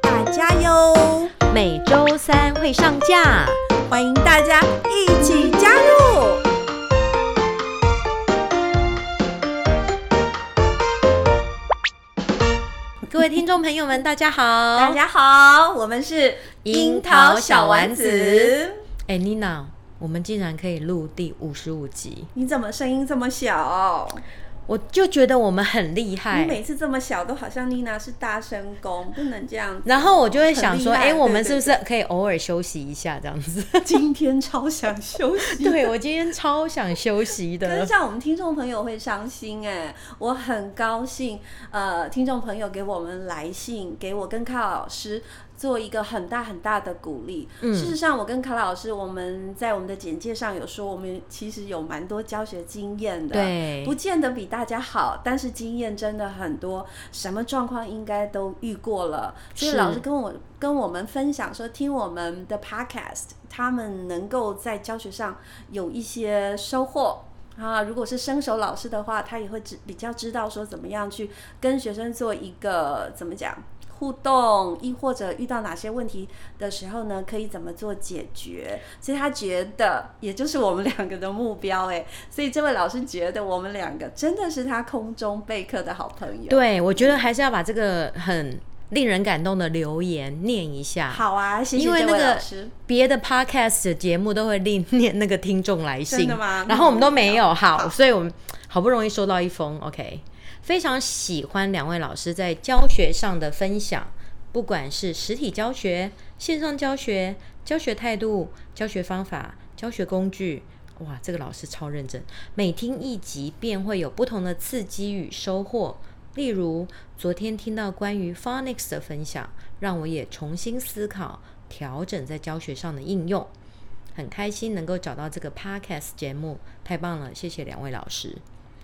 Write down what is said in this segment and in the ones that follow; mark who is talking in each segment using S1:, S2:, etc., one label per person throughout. S1: 大家哟，
S2: 每周三会上架。
S1: 欢迎大家一起加入。
S2: 各位听众朋友们，大家好！
S1: 大家好，我们是
S2: 樱桃小丸子。哎、妮娜，我们竟然可以录第五十五集，
S1: 你怎么声音这么小？
S2: 我就觉得我们很厉
S1: 你
S2: 害。
S1: 每次这么小，都好像妮娜是大声公，不能这样子。
S2: 然后我就会想说，
S1: 很厉害
S2: 哎、我们
S1: 对
S2: 是不是可以偶尔休息一下这 样子？
S1: 今天超想休息。
S2: 对我今天超想休息
S1: 可是
S2: 的
S1: 这。样，我们听众朋友会伤心哎、我很高兴，呃，听众朋友给我们来信，给我跟卡老师做一个很大很大的鼓励。
S2: 嗯
S1: 事实上，我跟卡老师，我们在我们的简介上有说，我们其实有蛮多教学经验的，
S2: 对
S1: 不见得比大家好，但是经验真的很多，什么状况应该都遇过了。所以
S2: 是
S1: 老师跟我跟我们分享说，听我们的 podcast，他们能够在教学上有一些收获。啊，如果是生手老师的话，他也会知比较知道说怎么样去跟学生做一个怎么讲互动，亦或者遇到哪些问题的时候呢，可以怎么做解决。所以他觉得，也就是我们两个的目标哎。 所以这位老师觉得我们两个真的是他空中备课的好朋友。
S2: 对，我觉得还是要把这个很令人感动的留言念一下。
S1: 好啊，谢谢
S2: 因为
S1: 这
S2: 那
S1: 位
S2: 个
S1: 老师。
S2: 别的 podcast 的节目都会另念那个听众来信，
S1: 真的吗
S2: 然后我们都没有，好，
S1: 好
S2: 所以我们好不容易收到一封，OK，非常喜欢两位老师在教学上的分享，不管是实体教学、线上教学、教学态度、教学方法、教学工具。哇，这个老师超认真，每听一集便会有不同的刺激与收获。例如，昨天听到关于 phonics 的分享，让我也重新思考调整在教学上的应用。很开心能够找到这个 podcast 节目，太棒了！谢谢两位老师。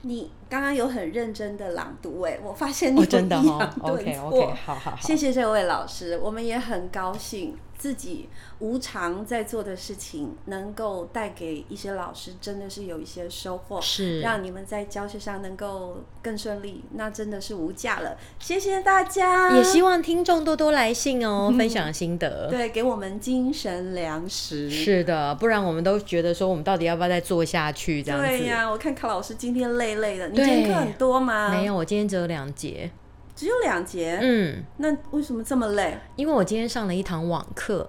S1: 你刚刚有很认真的朗读哎，我发现你
S2: 哦，
S1: 有
S2: 真的
S1: 抑
S2: 哦
S1: 扬 顿
S2: ，OK
S1: 挫
S2: OK，好好好，
S1: 谢谢这位老师，我们也很高兴自己无偿在做的事情能够带给一些老师，真的是有一些收获，
S2: 是
S1: 让你们在教学上能够更顺利，那真的是无价了。谢谢大家，
S2: 也希望听众多多来信哦，分享心得。
S1: 对给我们精神粮食。
S2: 是的，不然我们都觉得说我们到底要不要再做下去这样
S1: 对
S2: 子？
S1: 呀、我看卡老师今天累累的，你今
S2: 对
S1: 天课很多吗？
S2: 没，有，我今天只有两节。
S1: 只有两节。
S2: 嗯，
S1: 那为什么这么累？
S2: 因为我今天上了一堂网课，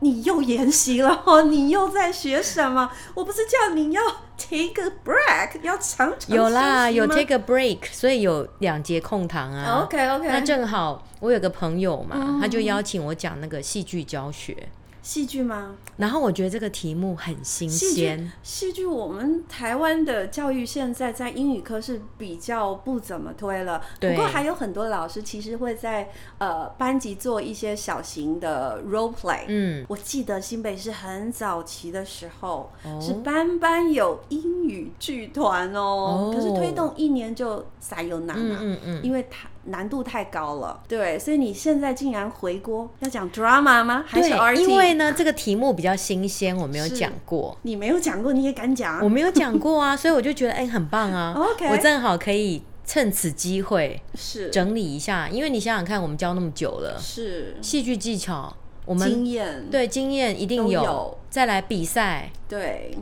S1: 你又研习了哦，你又在学什么？我不是叫你要 take a break，要常常
S2: 有啦，有
S1: take
S2: take a break，所以有两节空堂啊。
S1: OK OK，
S2: 那正好我有个朋友嘛，他就邀请我讲那个戏剧教学，
S1: 戏剧吗？
S2: 然后我觉得这个题目很新
S1: 戏剧
S2: 鲜，
S1: 戏剧，我们台湾的教育现在在英语科是比较不怎么推了，不
S2: 对
S1: 过还有很多老师其实会在呃班级做一些小型的 role play，
S2: 嗯，
S1: 我记得新北市很早期的时候，
S2: 哦
S1: 是班班有英语剧团哦，
S2: 哦
S1: 可是推动一年就撒有难啊，
S2: 嗯嗯嗯，
S1: 因为它难度太高了。对，所以你现在竟然回锅要讲 drama 吗？还是 RT？
S2: 对，因为呢这个题目比较新鲜，我没有
S1: 是
S2: 讲过。
S1: 你没有讲过，你也敢讲
S2: 我？没有讲 过啊，所以我就觉得哎、很棒啊
S1: OK
S2: 我正好可以趁此机会
S1: 是
S2: 整理一下，因为你想想看，我们教那么久了，
S1: 是
S2: 戏剧技巧，我们
S1: 经验，
S2: 对经验一定
S1: 都
S2: 有，
S1: 有
S2: 再来比赛，
S1: 对。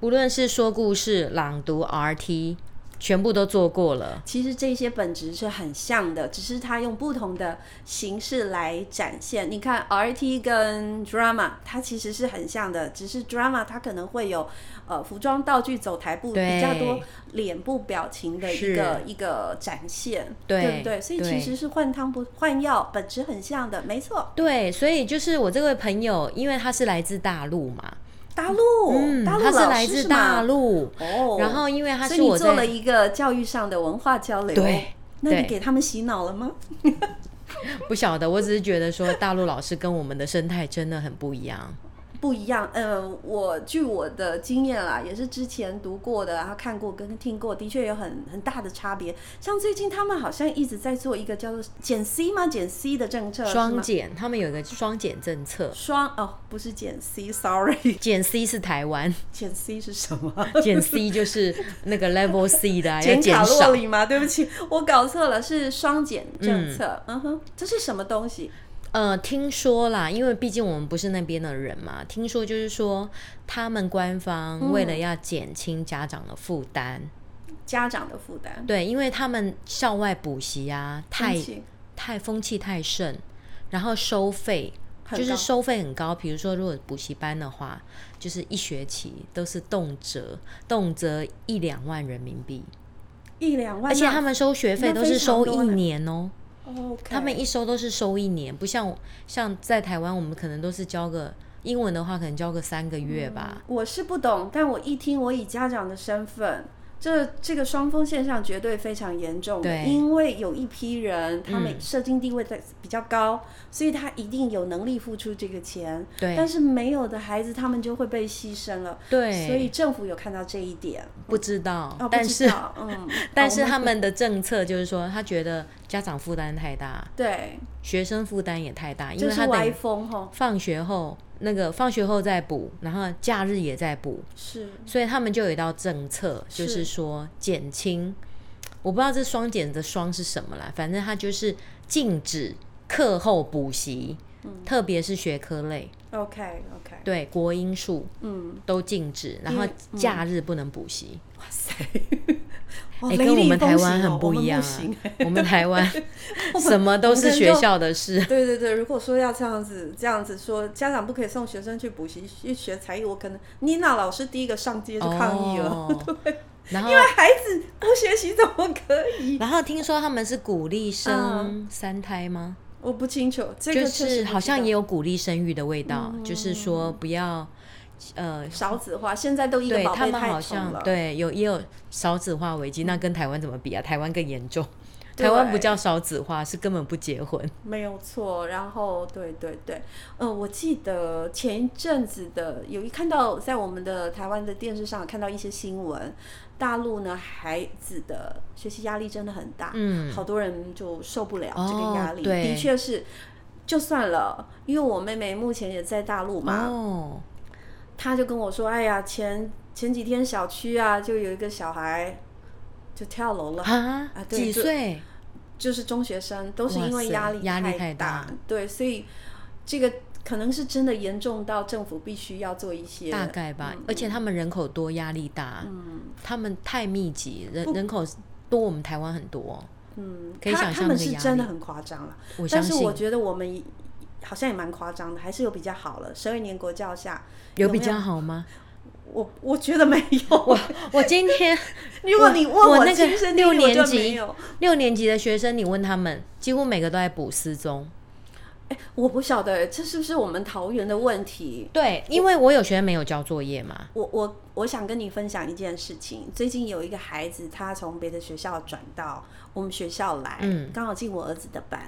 S2: 不论是说故事、朗读、RT，全部都做过了。
S1: 其实这些本质是很像的，只是它用不同的形式来展现。你看 RT 跟 drama，它其实是很像的，只是 drama 它可能会有呃服装、道具、走台步
S2: 对
S1: 比较多脸部表情的一
S2: 是
S1: 个一个展现，
S2: 对
S1: 不对？所以其
S2: 对
S1: 实是换汤不换药，本质很像的，没错。
S2: 对，所以就是我这位朋友，因为他是来自大陆嘛，
S1: 大陆，
S2: 嗯，
S1: 大陆
S2: 他是
S1: 老
S2: 来
S1: 师
S2: 自
S1: 是
S2: 大
S1: 吗
S2: 陆，
S1: 哦，
S2: 然后因为他
S1: 所
S2: 是
S1: 以你
S2: 我
S1: 做
S2: 在
S1: 了一个教育上的文化交流，
S2: 对
S1: 那你
S2: 对
S1: 给他们洗脑了吗？
S2: 不晓得，我只是觉得说大陆老师跟我们的生态真的很不一样。
S1: 不一样。呃，我据我的经验啦，也是之前读过的，然后看过跟听过，的确有很很大的差别。像最近他们好像一直在做一个叫做减 C 吗？减 C 的政策，是
S2: 双
S1: 吗
S2: 减，他们有一个双减政策，
S1: 双哦，不是减 C，sorry，
S2: 减 C 是台湾，
S1: 减 C 是什么？
S2: 减 C 就是那个 Level C 的啊、要
S1: 减
S2: 哎减
S1: 卡
S2: 少
S1: 路。里吗？对不起，我搞错了，是双减政策。嗯哼，这是什么东西？
S2: 呃，听说啦，因为毕竟我们不是那边的人嘛，听说就是说他们官
S1: 嗯
S2: 方为了要减轻家长的负担，
S1: 家长的负担。
S2: 对，因为他们校外补习啊，太
S1: 对不起
S2: 太风气太盛，然后收费
S1: 很
S2: 就是
S1: 高
S2: 收费很高。比如说，如果补习班的话，就是一学期都是动辄动辄一两万人民币，
S1: 一两万，啊
S2: 而且他们收学费
S1: 那
S2: 都是
S1: 非常
S2: 收
S1: 多
S2: 一
S1: 呢
S2: 年哦、
S1: o k
S2: 他们一收都是收一年，不像像在台湾，我们可能都是教个英文的话，可能教个三个月吧。
S1: 我是不懂，但我一听，我以家长的身份，这这个双峰现象绝对非常严重的，
S2: 对
S1: 因为有一批人他们社经地位在比较高，所以他一定有能力付出这个钱，
S2: 对
S1: 但是没有的孩子，他们就会被牺牲了。
S2: 对，
S1: 所以政府有看到这一点，
S2: 不知道，
S1: 哦，不
S2: 但
S1: 知
S2: 是
S1: 道，嗯，
S2: 但
S1: 好
S2: 是
S1: 我们
S2: 他们的政策就是说，他觉得家长负担太大，
S1: 对，
S2: 学生负担也太大，因
S1: 这
S2: 为他
S1: 是
S2: 等
S1: 歪
S2: 于
S1: 风哈，
S2: 放学后那个放学后再补，然后假日也在补，
S1: 是
S2: 所以他们就有一道政策，
S1: 是
S2: 就是说减轻，我不知道这双减的双是什么啦，反正它就是禁止课后补习，
S1: 嗯
S2: 特别是学科类，
S1: ，OK OK，
S2: 对国英数
S1: 嗯，
S2: 都禁止，然后假日不能补习。
S1: 哇塞，
S2: 哎、
S1: 哦
S2: 跟我们台湾
S1: 雷厉风行哦
S2: 很不一样
S1: 我
S2: 啊
S1: 们不行！
S2: 我们 台湾什么都是学校的事，
S1: 对对对，如果说要这样子这样子说，家长不可以送学生去补习去学才艺，我可能妮娜老师第一个上街就抗议了。
S2: 哦然后
S1: 因为 孩子不学习怎么可以？
S2: 然后听说他们是鼓励
S1: 嗯
S2: 生三胎吗？
S1: 我不清楚，这个
S2: 就
S1: 确实
S2: 是
S1: 不
S2: 好像
S1: 知道嗯
S2: 也有鼓励生育的味道，就是说不要，呃，
S1: 少子化，现在都一个
S2: 对
S1: 嗯宝
S2: 他
S1: 贝
S2: 们好
S1: 太宠
S2: 像
S1: 了。
S2: 对有也有少子化危机，那跟台湾怎么比啊？台湾更严 重，
S1: 对
S2: 台湾不叫少子化，是根本不结婚。
S1: 没有错，然后对对对，呃，我记得前一阵子的有一看到在我们的台湾的电视上有看到一些新闻，大陆呢孩子的学习压力真的很大，
S2: 嗯，
S1: 好多人就受不了
S2: 哦
S1: 这个压力，
S2: 对
S1: 的确是，就算了，因为我妹妹目前也在大陆嘛，
S2: 哦，
S1: 她就跟我说，哎呀，前前几天小区啊，就有一个小孩就跳楼了，
S2: 啊
S1: 啊，对
S2: 几
S1: 就
S2: 岁？
S1: 就是中学生都是因
S2: 哇
S1: 为
S2: 塞
S1: 压力
S2: 压力
S1: 太
S2: 太大
S1: 对，所以这个可能是真的严重到政府必须要做一些
S2: 大概吧
S1: 嗯，
S2: 而且他们人口多，压力大，他们太密集，人人口多，我们台湾很多，
S1: 嗯，
S2: 可以
S1: 他
S2: 想象
S1: 他们
S2: 那
S1: 是
S2: 个压
S1: 真的
S2: 力
S1: 很夸张了，
S2: 我相
S1: 但是
S2: 信
S1: 我觉得我们好像也蛮夸张的，还是有比较好了。十二年国教下，
S2: 有
S1: 有
S2: 比
S1: 没
S2: 较好吗？
S1: 我我觉得没有。
S2: 我今天
S1: 如果你问
S2: 我那个
S1: 亲身经
S2: 六
S1: 历，我
S2: 年
S1: 就没
S2: 级
S1: 有。
S2: 六年级的学生，你问他们，几乎每个都在补失踪。
S1: 哎，我不晓得这是不是我们桃园的问题。
S2: 对，因为我有学生没有交作业嘛。
S1: 我我我想跟你分享一件事情。最近有一个孩子，他从别的学校转到我们学校来，
S2: 嗯
S1: 刚好进我儿子的班，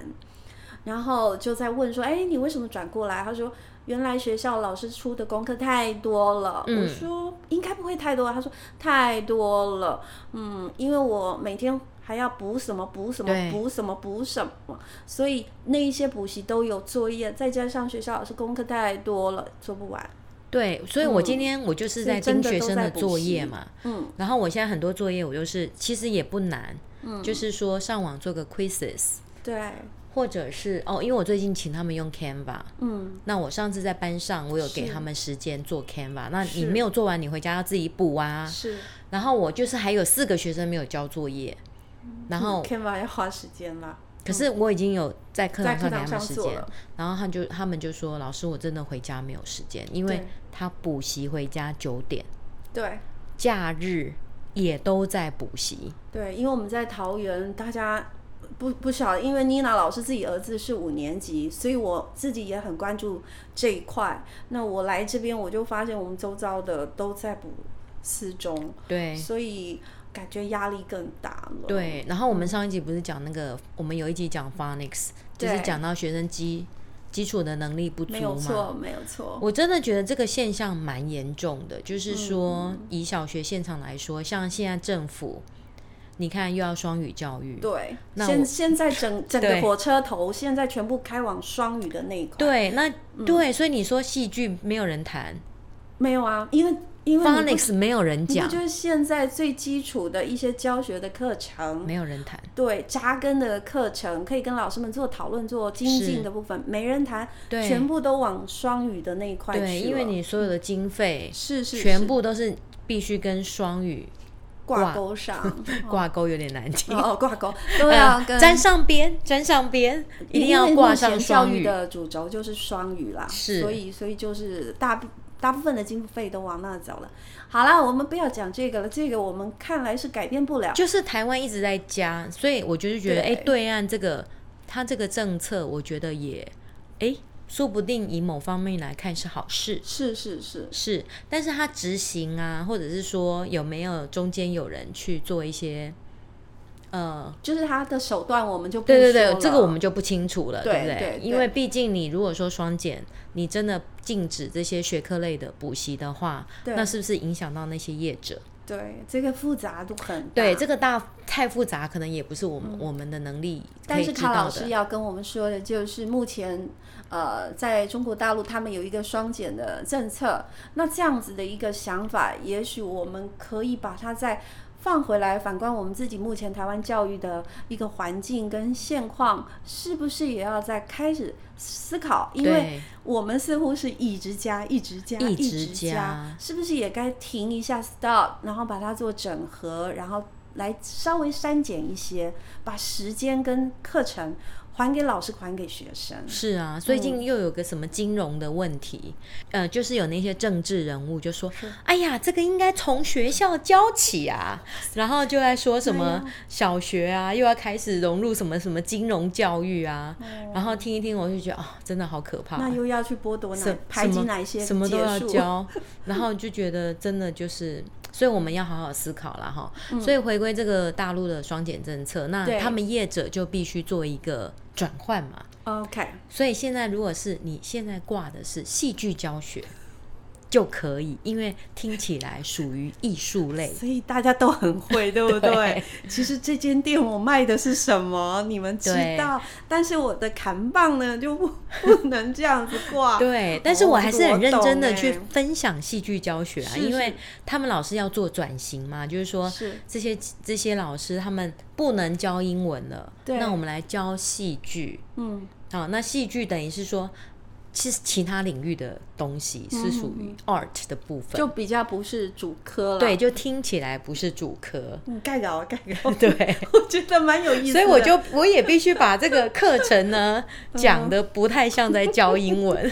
S1: 然后就在问说：“哎、你为什么转过来？”他说：“原来学校老师出的功课太多了。
S2: 嗯
S1: 我说：“应该不会太多。”他说：“太多了，嗯，因为我每天还要补什么补什
S2: 对
S1: 么补什么补什么，所以那一些补习都有作业，再加上学校老师功课太多了，做不完。
S2: 对，所以我今天我就是在
S1: 所以
S2: 盯
S1: 嗯真的
S2: 学
S1: 都
S2: 生
S1: 在
S2: 的
S1: 补
S2: 作
S1: 习
S2: 业嘛。
S1: 嗯
S2: 然后我现在很多作业，我就是其实也不难，
S1: 嗯
S2: 就是说上网做个 quizzes，”
S1: 对，
S2: 或者是哦，因为我最近请他们用 Canva。
S1: 嗯。
S2: 那我上次在班上，我有给
S1: 是
S2: 他们时间做 Canva，那你
S1: 是
S2: 没有做完，你回家要自己补啊。
S1: 是，
S2: 然后我就是还有四个学生没有交作业，
S1: 嗯
S2: 然后
S1: Canva 要花时间啦。
S2: 可是我已经有在课堂
S1: 在
S2: 上
S1: 课
S2: 给他
S1: 堂
S2: 们
S1: 上
S2: 时
S1: 做
S2: 间
S1: 了，
S2: 然后他就他们就说：“老师，我真的回家没有时间，因为
S1: 对
S2: 他补习回家九点，
S1: 对
S2: 假日也都在补习。
S1: 对，因为我们在桃园，大家不不晓得，因为妮娜老师自己儿子是五年级，所以我自己也很关注这一块。那我来这边，我就发现我们周遭的都在补四中，”
S2: 对
S1: 所以感觉压力更大了。
S2: 对。然后我们上一集不是讲那个，我们有一集讲 phonics，就是
S1: 对
S2: 讲到学生基基础的能力不足
S1: 没有
S2: 嘛。
S1: 错，没有错。
S2: 我真的觉得这个现象蛮严重的，就是说，
S1: 嗯
S2: 以小学现场来说，像现在政府，你看又要双语教育，
S1: 对，
S2: 嗯那
S1: 现现在整整
S2: 对
S1: 个火车头现在全部开往双语的那一块，
S2: 对，那、
S1: 嗯
S2: 对，所以你说戏剧没有人谈
S1: 没有啊，因为因为你不
S2: ，phonics 没有人
S1: 你不
S2: 讲，
S1: 就是现在最基础的一些教学的课程，
S2: 没有人谈，
S1: 对扎根的课程，可以跟老师们做讨论、做精进的部分，没人谈，
S2: 对
S1: 全部都往双语的那一块去了。
S2: 对，因为你所有的经费
S1: 是是
S2: 全
S1: 是
S2: 部都是必须跟双语
S1: 挂钩上，
S2: 挂钩，有点难听。
S1: 哦哦挂 钩都要跟
S2: 沾上边，沾上边，呃一定要
S1: 因为
S2: 挂
S1: 目
S2: 上
S1: 前教
S2: 双
S1: 育
S2: 语。
S1: 的主轴就是双语啦，
S2: 是
S1: 所以所以就是大部大部分的经费都往那走了。好啦，我们不要讲这个了，这个我们看来是改变不了。
S2: 就是台湾一直在加，所以我就是觉得，哎、
S1: 对
S2: 对岸这个他这个政策，我觉得也，哎、说不定以某方面来看是好事，
S1: 是是是，
S2: 是，但是他执行啊，或者是说有没有中间有人去做一些，呃，
S1: 就是他的手段，我们就不
S2: 对
S1: 说
S2: 对对，
S1: 了
S2: 这个我们就不清楚了，
S1: 对
S2: 不
S1: 对对
S2: 因为毕竟你如果说双减，你真的禁止这些学科类的补习的话，
S1: 对
S2: 那是不是影响到那些业者？
S1: 对这个复杂度很大。
S2: 对，这个大太复杂，可能也不是我们、我们的能力可
S1: 嗯但
S2: 以
S1: 是
S2: 知
S1: 卡
S2: 道
S1: 老师
S2: 的。
S1: 要跟我们说的就是，目前呃，在中国大陆他们有一个双减的政策，那这样子的一个想法，也许我们可以把它再放回来，反观我们自己目前台湾教育的一个环境跟现况，是不是也要再开始思考？因为
S2: 对，
S1: 我们似乎是一直加，一直加，
S2: 一
S1: 一
S2: 直
S1: 直
S2: 加
S1: 加，是不是也该停一下，stop，然后把它做整合，然后来稍微删减一些，把时间跟课程还给老师，还给学生。
S2: 是啊，最近又有个什么金融的问题，呃，就是有那些政治人物就说，哎呀，这个应该从学校教起啊，然后就在说什
S1: 哎
S2: 么小学啊，又要开始融入什么什么金融教育啊，然后听一听我就觉得啊、真的好可怕，
S1: 那又要去剥夺
S2: 什
S1: 哪排挤哪一些
S2: 什么都要
S1: 结束
S2: 教， 然后就觉得真的就是，所以我们要好好思考啦哈。所以回归这个大陆的双减政策，
S1: 嗯
S2: 那
S1: 对
S2: 他们业者就必须做一个转换嘛。
S1: ？OK，
S2: 所以现在如果是你现在挂的是戏剧教学。就可以，因为听起来属于艺术类，
S1: 所以大家都很 会，对不对？
S2: 对
S1: 其实这间店我卖的是什么，你们知
S2: 对
S1: 道，但是我的砍棒呢就不 不能这样子挂。
S2: 对。但是
S1: 哦
S2: 我
S1: 这
S2: 还
S1: 个
S2: 是
S1: 我
S2: 很认真的
S1: 懂
S2: 去
S1: 欸
S2: 分享戏剧教学啊，
S1: 是
S2: 因为
S1: 是
S2: 他们老师要做转型嘛，就是说
S1: 是
S2: 这些这些老师他们不能教英文了，
S1: 对
S2: 那我们来教戏剧。
S1: 嗯，
S2: 好、那戏剧等于是说，其实其他领域的东西是属于 art 的部分，
S1: 嗯就比较不是主科了。
S2: 对，就听起来不是主科。
S1: 嗯，盖稿盖稿，
S2: 对，
S1: 我觉得蛮有意思的。
S2: 所以我就我也必须把这个课 程呢
S1: 嗯
S2: 讲的不太像在教英文。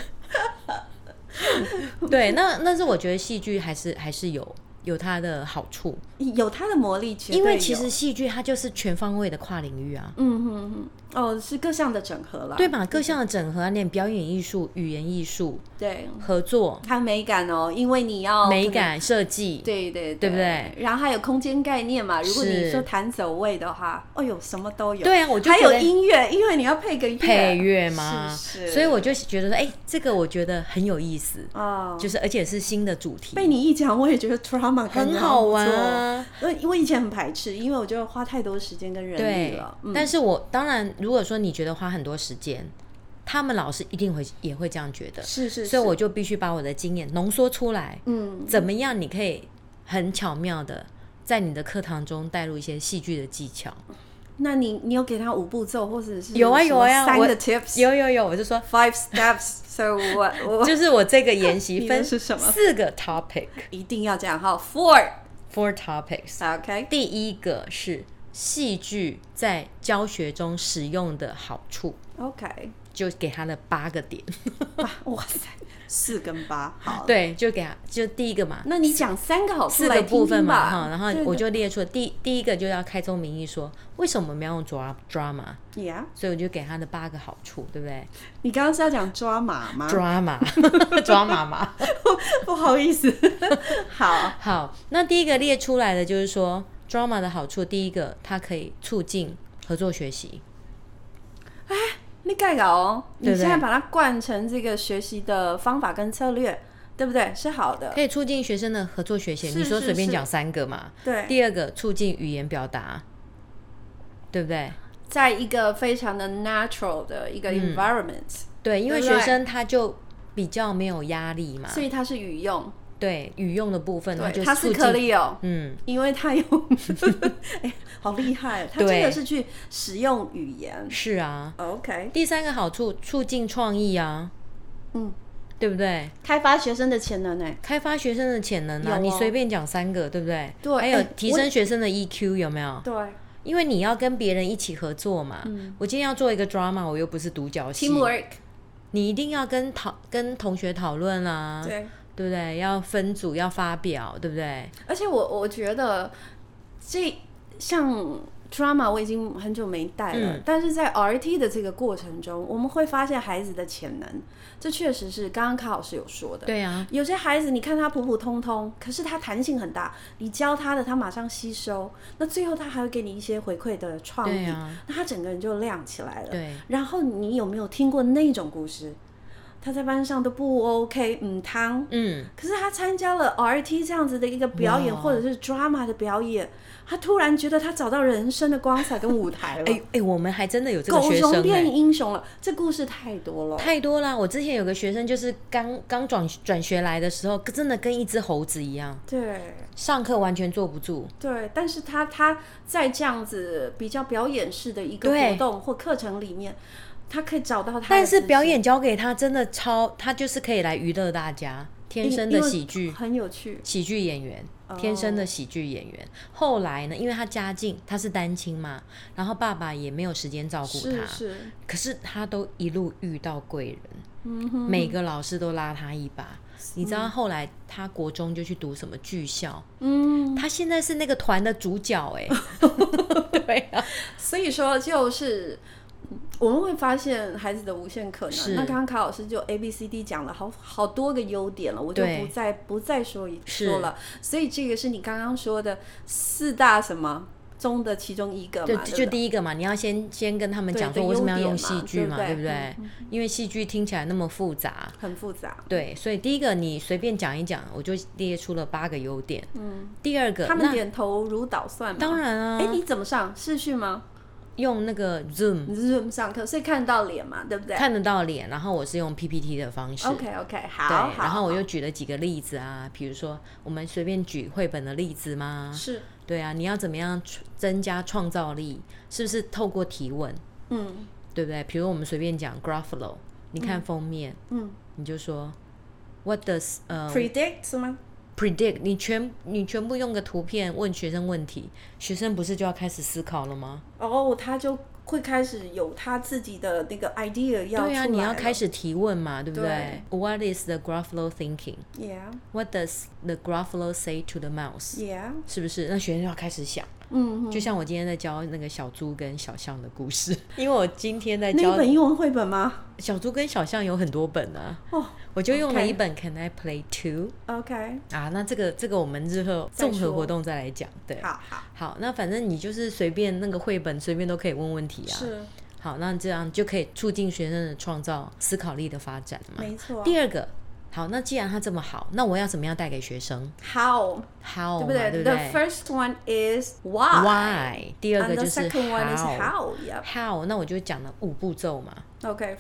S2: 对，那那是我觉得戏剧还是还是有有它的好处，
S1: 有它的魔力，绝对
S2: 因为
S1: 有
S2: 其实戏剧它就是全方位的跨领域啊。
S1: 嗯嗯嗯，哦，是各项的整合啦。
S2: 对嘛？各项的整合啊，念表演艺术、语言艺术、
S1: 对，
S2: 合作、
S1: 看美感哦，因为你要
S2: 美
S1: 可能，
S2: 感设计，
S1: 对对
S2: 对
S1: 对
S2: 不对？
S1: 然后还有空间概念嘛，如果
S2: 是
S1: 你说弹走位的话，哦哟，什么都有。
S2: 对啊我就
S1: 还
S2: 觉
S1: 有
S2: 得
S1: 音乐，因为你要配个乐
S2: 配乐吗？
S1: 是是
S2: 所以我就觉得说，哎、这个我觉得很有意思，
S1: 哦。
S2: 就是而且是新的主题，
S1: 被你一讲，我也觉得 trauma 感觉
S2: 很好
S1: 不错
S2: 玩。啊。
S1: 因为我以前很排斥，因为我觉得花太多时间跟人力
S2: 对
S1: 了，。嗯
S2: 但是我当然，如果说你觉得花很多时间，他们老师一定会也会这样觉得，
S1: 是是，
S2: 所以
S1: 是
S2: 我就必须把我的经验浓缩出来，
S1: 嗯
S2: 怎么样你可以很巧妙的在你的课堂中带入一些戏剧的技巧。
S1: 那你你有给他五步骤，或者是
S2: 有啊有啊
S1: 什么三
S2: 我
S1: 个 tips，
S2: 有有有，我 就说
S1: five steps。So 我我
S2: 就是我这个研习
S1: 你的
S2: 分
S1: 是什么
S2: 四个 topic
S1: 一定要这样哈，four。
S2: four topics。
S1: OK，
S2: 第一个是戏剧在教学中使用的好处，
S1: OK，
S2: 就给他的八个点。
S1: 八，哇塞，四跟八，好。
S2: 对，就给他就第一个嘛，
S1: 那你讲三个好处
S2: 四个
S1: 来
S2: 部
S1: 听
S2: 分
S1: 听
S2: 嘛
S1: 吧。
S2: 哈，然后
S1: 对的
S2: 我就列出了第第一个就要开宗明义说为什么我们要用 dra- drama，
S1: ，Yeah，
S2: 所以我就给他的八个好处，对不对
S1: 你刚刚是要讲抓马吗？
S2: ？drama drama 嘛，
S1: 不好意 思，好，
S2: 好，那第一个列出来的就是说 drama 的好处，第一个它可以促进合作学习，
S1: 你盖搞哦，
S2: 对
S1: 你
S2: 不对
S1: 现在把它灌成这个学习的方法跟策略，对不对？是好的，
S2: 可以促进学生的合作学习。
S1: 是
S2: 你说
S1: 是
S2: 随便
S1: 是
S2: 讲三个嘛？
S1: 对。
S2: 第二个促进语言表达，对不对？
S1: 在一个非常的 natural 的一个 environment，、
S2: 对，因为
S1: 对不
S2: 学
S1: 对
S2: 生他就比较没有压力嘛。
S1: 所以它是语用，
S2: 对语用的部分，他
S1: 对，
S2: 就
S1: 它
S2: 促
S1: 是
S2: 进
S1: 可以哦，
S2: 嗯，
S1: 因为它有， 哎，好厉害，它真
S2: 对
S1: 的是去使用语言。
S2: 是啊。
S1: OK，
S2: 第三个好处，促进创意啊，
S1: 嗯，
S2: 对不对？
S1: 开发学生的潜能哎、
S2: 开发学生的潜能啊，
S1: 有哦
S2: 你随便讲三个，对不对？
S1: 对
S2: 还有
S1: 哎
S2: 提升学生的 EQ 有没有？
S1: 对
S2: 因为你要跟别人一起合作嘛。我今天要做一个 drama，我又不是独角戏，
S1: 嗯，teamwork，
S2: 你一定要跟讨跟同学讨论啊，
S1: 对，
S2: 对不对？要分组，要发表，对不对？
S1: 而且我我觉得这像 drama 我已经很久没带了，
S2: 嗯
S1: 但是在 RT 的这个过程中，我们会发现孩子的潜能，这确实是刚刚卡老师有说的。
S2: 对啊，
S1: 有些孩子，你看他普普通通，可是他弹性很大，你教他的，他马上吸收，那最后他还会给你一些回馈的创
S2: 对
S1: 意，
S2: 啊，
S1: 那他整个人就亮起来了。
S2: 对，
S1: 然后你有没有听过那种故事？他在班上都不 OK，嗯，汤，
S2: 嗯，
S1: 可是他参加了 RT 这样子的一个表演，
S2: 哇
S1: 或者是 drama 的表演，他突然觉得他找到人生的光彩跟舞台了，
S2: 哎哎，我们还真的有这个
S1: 狗
S2: 学生
S1: 熊变
S2: 哎。
S1: 英雄了。这故事太多了，
S2: 太多啦！我之前有个学生，就是刚刚转转学来的时候，真的跟一只猴子一样，
S1: 对
S2: 上课完全坐不住。
S1: 对。但是他他在这样子比较表演式的一个
S2: 对
S1: 活动或课程里面，他可以找到他的
S2: 但是
S1: 自己
S2: 表演交给他，真的超，他就是可以来娱乐大家，天生的
S1: 因为哦
S2: 喜剧
S1: 很有趣，
S2: 喜剧演员，天生的喜剧演员。后来呢，因为他家境他是单亲嘛，然后爸爸也没有时间照顾
S1: 是
S2: 他，
S1: 是，
S2: 可是他都一路遇到贵人，
S1: 嗯哼，
S2: 每个老师都拉他一把。你知道后来他国中就去读什么剧校，
S1: 嗯。
S2: 他现在是那个团的主角哎、对啊，
S1: 所以说，就是嗯我们会发现孩子的无限可
S2: 是
S1: 能。那刚刚卡老师就 A B C D 讲了好好多个优点了，我就
S2: 对
S1: 不再不再说一
S2: 是
S1: 说了。所以这个是你刚刚说的四大什么中的其中一个嘛？
S2: 就
S1: 对不
S2: 就
S1: 对
S2: 第一个嘛，你要先先跟他们
S1: 对
S2: 讲
S1: 的
S2: 说为什么要
S1: 优点
S2: 用
S1: 嘛
S2: 戏剧嘛，
S1: 对嗯
S2: 不
S1: 不对
S2: 对？因为戏剧听起来那么复杂，
S1: 很复杂，
S2: 对，所以第一个你随便讲一讲，我就列出了八个优点。嗯，第二个，
S1: 他们
S2: 那
S1: 点头如捣蒜嘛。
S2: 当然啊，
S1: 哎，你怎么上视讯吗？
S2: 用那个 Zoom
S1: 你是 Zoom 上课，所以看到脸嘛，对不对
S2: 看得到脸，然后我是用 PPT 的方式。
S1: ？OK OK，
S2: 对，
S1: 好好。
S2: 然后我
S1: 好
S2: 又举了几个例子啊，比如说我们随便举绘本的例子吗？
S1: 是
S2: 对啊，你要怎么样创增加创造力？是不是透过提问，
S1: 嗯
S2: 对不对？比如我们随便讲 Gruffalo，你看封面，
S1: 嗯
S2: 你就说 What does 呃、
S1: ，predict 是吗？
S2: predict，你全你全部用个图片问学生问题，学生不是就要开始思考了吗？
S1: 哦，他就会开始有他自己的那个 idea 要出来了。
S2: 对啊，你要开始提问嘛，对不对
S1: 对
S2: ？What is the Gruffalo thinking?
S1: Yeah,
S2: What does the Gruffalo say to the mouse?
S1: yeah，
S2: 是不是？那学生就要开始想，
S1: 嗯，
S2: 就像我今天在教那个小猪跟小象的故事， 因为我今天在
S1: 那
S2: 教
S1: 一本英文绘本吗
S2: 小猪跟小象有很多本啊，
S1: 哦
S2: 我就用了
S1: OK
S2: 一本 Can I play two？
S1: ？OK，
S2: 啊，那这个这个我们日后
S1: 再
S2: 综合
S1: 说
S2: 活动再来讲，对。
S1: 好好，
S2: 好，那反正你就是随便那个绘本，随便都可以问问题啊。
S1: 是
S2: 好，那这样就可以促进学生的创造思考力的发展嘛。
S1: 没错。
S2: 嗯第二个，好，那既然它这么好，那我要怎么样带给学生
S1: How，对
S2: ？How 嘛
S1: 不对
S2: Oh 对
S1: t
S2: 不
S1: h e
S2: 对
S1: first one is why，
S2: ？Why？第二
S1: and
S2: 个
S1: the
S2: 就是
S1: second one is
S2: how。
S1: how。Yep.
S2: How？那我就讲了五步骤嘛。
S1: OK，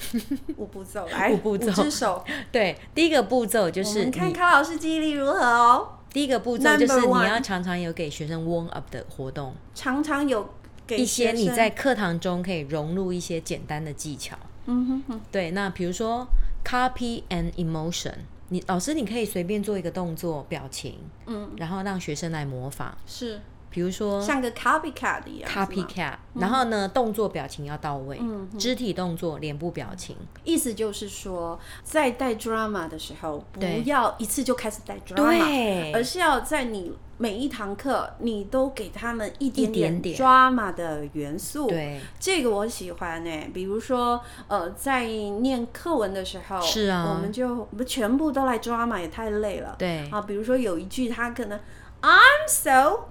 S1: 五步骤来，
S2: 五步骤
S1: 只手。
S2: 对，第一个步骤就
S1: 我
S2: 是
S1: 们看
S2: 你，
S1: 康老师记忆力如何哦。
S2: 第一个步骤就是
S1: Number
S2: 你
S1: one
S2: 要常常有给学生 warm up 的活动，
S1: 常常有给
S2: 一些
S1: 学
S2: 你
S1: 生
S2: 在课堂中可以融入一些简单的技巧。
S1: 嗯哼哼，
S2: 对，那比如说 copy and emotion，你老师你可以随便做一个动作、表情，
S1: 嗯，
S2: 然后让学生来模仿。
S1: 是
S2: 比如说
S1: 像个 copycat 一样是吗嗯
S2: copycat，然后呢，动作表情要到位，肢体动作、脸部表情。
S1: 意思就是说，在带 drama 的时候，不
S2: 对
S1: 要一次就开始带 drama，
S2: 对，
S1: 而是要在你每一堂课，你都给他们一点
S2: 一点
S1: 点
S2: 点
S1: drama 的元素。，
S2: 对，
S1: 这个我喜欢诶、比如说，呃，在念课文的时候，
S2: 是啊
S1: 我们就我们全部都来 drama 也太累了。
S2: 对
S1: 啊，比如说有一句他可能 I'm so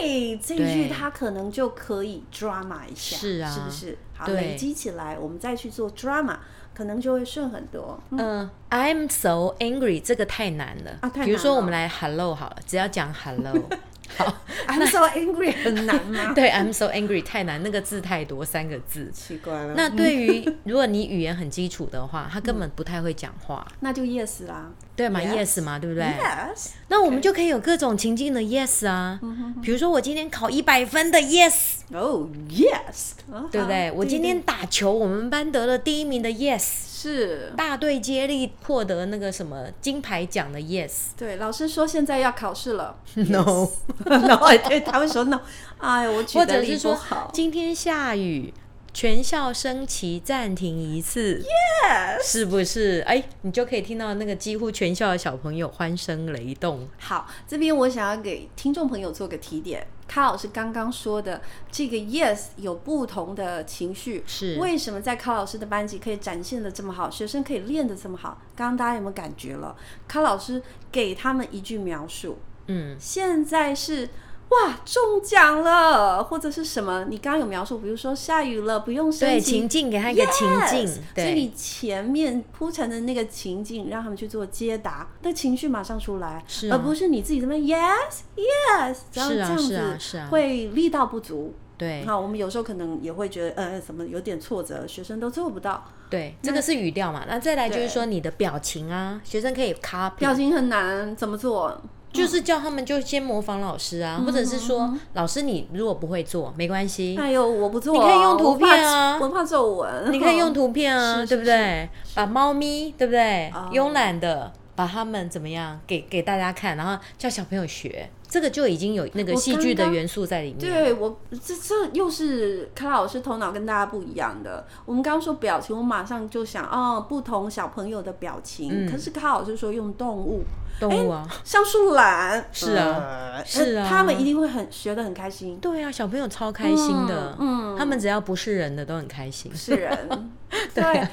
S1: angry，这一
S2: 对
S1: 句他可能就可以 drama 一下，
S2: 是啊
S1: 是不是？好
S2: 对
S1: 累积起来，我们再去做 drama，可能就会顺很多。嗯
S2: 嗯、i m so angry 这个太难了。
S1: 啊太
S2: 比如
S1: 难
S2: 说，我
S1: 了
S2: 们来 hello 好了，只要讲 hello。好，
S1: I'm so angry 很难 吗？
S2: 对，I'm so angry 太难，那个字太多，三个字。
S1: 奇怪了，
S2: 那对于如果你语言很基础的话，他根本不太会讲话，
S1: 那就 yes 啦。
S2: 对吗
S1: Yes
S2: ？Yes 嘛，对不对
S1: Yes，
S2: 那我们就可以有各种情境的 yes 啊，比如说我今天考一百分的 yes，
S1: 哦、yes，啊
S2: 对不对？我今天打球，我们班得了第一名的 yes，
S1: 是
S2: 大队接力获得那个什么金牌奖的 yes，
S1: 对老师说现在要考试了
S2: No
S1: ，no，no，对，他会说 no。哎，我举
S2: 或
S1: 的
S2: 者
S1: 例
S2: 是
S1: 不
S2: 说
S1: 好。
S2: 今天下雨，全校升旗暂停一次
S1: Yes
S2: 是不是？哎，你就可以听到那个几乎全校的小朋友欢声雷动。
S1: 好，这边我想要给听众朋友做个提点。卡老师刚刚说的这个 yes 有不同的情绪，
S2: 是
S1: 为什么在卡老师的班级可以展现的这么好，学生可以练的这么好？刚刚大家有没有感觉了？卡老师给他们一句描述，
S2: 嗯，
S1: 现在是哇中奖了，或者是什么？你刚刚有描述，比如说下雨了，不用
S2: 对，
S1: 申请。
S2: 情境给他一个情境
S1: Yes，所以
S2: 对。
S1: 你前面铺陈的那个情境，让他们去做接答，那情绪马上出来，
S2: 是啊
S1: 而不是你自己这边 yes yes，然后
S2: 是
S1: 这
S2: 啊
S1: 样
S2: 是啊是
S1: 子
S2: 啊
S1: 会力道不足。
S2: 对
S1: 好，我们有时候可能也会觉得，呃，怎么有点挫折，学生都做不到，
S2: 对，这个是语调嘛。那再来就是说你的表情啊，学生可以 copy，
S1: 表情很难，怎么做？
S2: 就是叫他们就先模仿老师
S1: 嗯
S2: 啊，或者是说老师你如果不会做没关系，
S1: 哎呦，我不做，
S2: 你可以用图
S1: 我怕
S2: 片啊
S1: 我怕皱纹，
S2: 你可以用
S1: 哦
S2: 图片啊，
S1: 是
S2: 对不对？把猫咪对不对
S1: 哦，
S2: 慵懒的把它们怎么样给给大家看，然后叫小朋友学，这个就已经有那个
S1: 我
S2: 戏剧的
S1: 刚刚
S2: 元素在里面。
S1: 对我这这又是卡老师头脑跟大家不一样的。我们刚刚说表情，我马上就想，哦，不同小朋友的表情。
S2: 嗯
S1: 可是卡老师说用动物，
S2: 动物啊，
S1: 像树懒，
S2: 是啊
S1: 呃
S2: 是
S1: 呃
S2: 啊
S1: 哎他们一定会很学得很开 心。
S2: 对啊，小朋友超开心的，
S1: 嗯嗯
S2: 他们只要不是人的都很开心。
S1: 是人，对。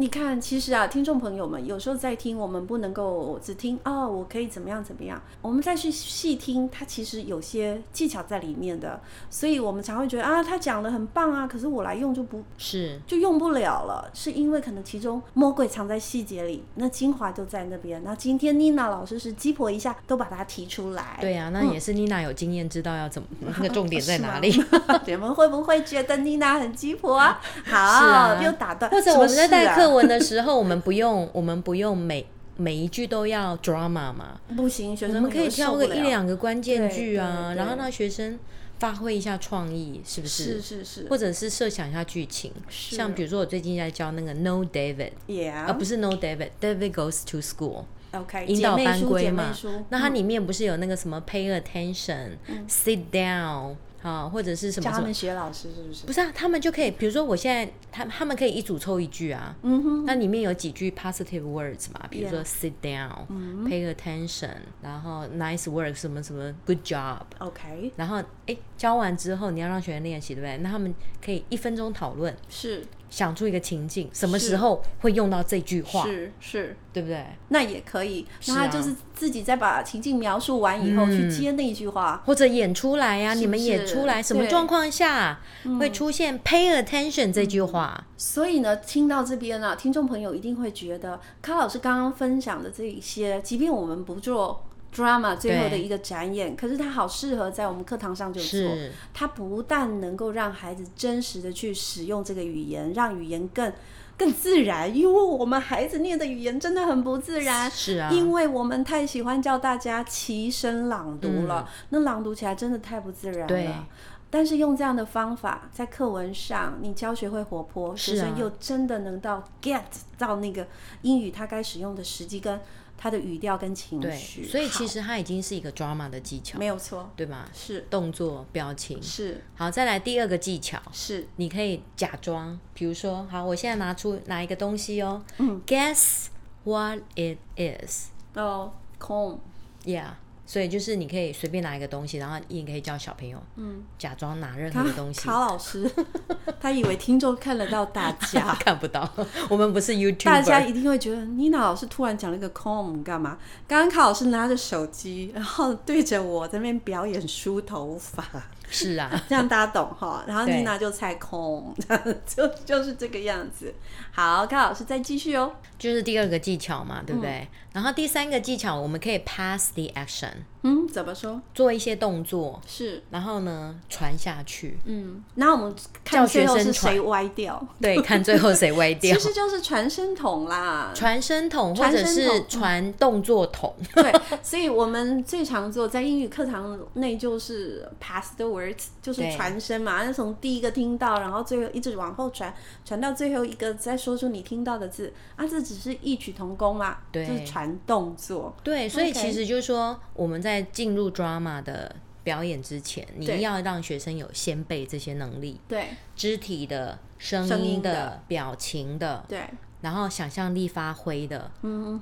S1: 你看，其实啊，听众朋友们，有时候在听，我们不能够只听哦，我可以怎么样怎么样，我们再去细听，它其实有些技巧在里面的，所以我们常会觉得啊，他讲的很棒啊，可是我来用就不
S2: 是，
S1: 就用不了了，是因为可能其中魔鬼藏在细节里，那精华就在那边。那今天妮娜老师是鸡婆一下都把它提出来，
S2: 对啊，那也是妮娜有经验，知道要怎么那个重点 在哪里。
S1: 是吗？你们会不会觉得妮娜很鸡婆 啊？好，又打断，
S2: 或者我们在带课
S1: 文、
S2: 文的时候，我们不
S1: 啊
S2: 用，我们不用每每一句都要 drama 嘛，
S1: 啊不行，学
S2: 我
S1: 生
S2: 们可以
S1: 有时
S2: 挑
S1: 候
S2: 个
S1: 受不
S2: 一
S1: 了
S2: 两个关键句啊，
S1: 对对对
S2: 然后让学生发挥一下创意，是不
S1: 是
S2: 是？
S1: 是是，
S2: 或者是设想一下剧情，
S1: 是
S2: 像比如说我最近在教那个 No David，
S1: 也
S2: 而、呃不是 No David，David goes to school。
S1: OK，
S2: 引导班规嘛
S1: 姐妹书，嗯
S2: 那它里面不是有那个什么 pay attention、sit down 啊，或者是什么
S1: 教
S2: 什
S1: 他
S2: 么
S1: 们学老师是不是？
S2: 不是啊，他们就可以，比如说我现在，他他们可以一组凑一句啊，
S1: 嗯哼，
S2: 那里面有几句 positive words 嘛，比如说
S1: Yeah 嗯
S2: sit down、pay attention，然后 nice work 什么什么 good job，
S1: OK，
S2: 然后哎教完之后你要让学生练习，对不对？那他们可以一分钟讨论，
S1: 是
S2: 想出一个情境，什么
S1: 是
S2: 时候会用到这句话，
S1: 是是，
S2: 对不对？
S1: 那也可以，那
S2: 是啊嗯
S1: 他就是自己再把情境描述完以后去接那一句话，
S2: 或者演出来呀、
S1: 是
S2: 你们演
S1: 是
S2: 出来，什么
S1: 对嗯
S2: 状况下会出现 pay attention 这句话？
S1: 所以呢，听到这边啊，听众朋友一定会觉得，康老师刚刚分享的这一些，即便我们不做 drama 最后的一个展演，可是它好适合在我们课堂上就做。
S2: 是
S1: 它不但能够让孩子真实的去使用这个语言，让语言更更自然，因为我们孩子念的语言真的很不自然。
S2: 是啊，
S1: 因为我们太喜欢叫大家齐声朗读了，那朗读起来真的太不自然
S2: 嗯对
S1: 了。但是用这样的方法，在课文上，你教学会活泼，
S2: 是啊
S1: 学生又真的能到 get 到那个英语它该使用的时机跟它的语调跟情
S2: 对，
S1: 绪。
S2: 所以其
S1: 好
S2: 实它已经是一个 drama 的技巧，
S1: 没有错，
S2: 对吗？
S1: 是
S2: 动作、表情。
S1: 是
S2: 好，再来第二个技巧，
S1: 是
S2: 你可以假装，比如说，好，我现在拿出拿一个东西哦、g
S1: 嗯
S2: u e s s what it is？
S1: 哦，calm
S2: Yeah，所以就是你可以随便拿一个东西，然后你也可以叫小朋友，嗯，假装拿任何的东西，。
S1: 卡老师， 他以为听众看得到大家
S2: 看不到，我们不是 YouTube，
S1: 大家一定会觉得妮娜老师突然讲了一个 com 干嘛？刚刚卡老师拿着手机，然后对着我在那边表演梳头发，
S2: 是啊，
S1: 这样大家懂哈。然后
S2: 对
S1: 妮娜就猜空， 就就是这个样子。好，高老师再继续哦。
S2: 就是第二个技巧嘛，对不对？然后第三个技巧，我们可以 pass the action，
S1: 嗯，怎么说？
S2: 做一些动作，
S1: 是，
S2: 然后呢传下去，
S1: 嗯，那我们
S2: 教
S1: 看
S2: 学
S1: 最后
S2: 生
S1: 是
S2: 传
S1: 谁歪掉，
S2: 对，看最后谁歪 掉
S1: 其。实就是传声筒啦。
S2: 传声筒或
S1: 传
S2: 者
S1: 声
S2: 是
S1: 筒
S2: 传动作筒，
S1: 对，所以我们最常做在英语课堂内就是 pass the words，就是
S2: 对
S1: 传声嘛，那从第一个听到，然后最后一直往后传，传到最后一个再说出你听到的字啊，这只是异曲同工啦，
S2: 对
S1: 就是传动作。
S2: 对，所以
S1: OK
S2: 其实就是说，我们在进入 drama 的表演之前，你
S1: 对
S2: 要让学生有先备这些能力，
S1: 对
S2: 肢体的、声
S1: 声
S2: 音
S1: 音
S2: 的、
S1: 的
S2: 表情的，
S1: 对，嗯
S2: 然后想象力发挥的。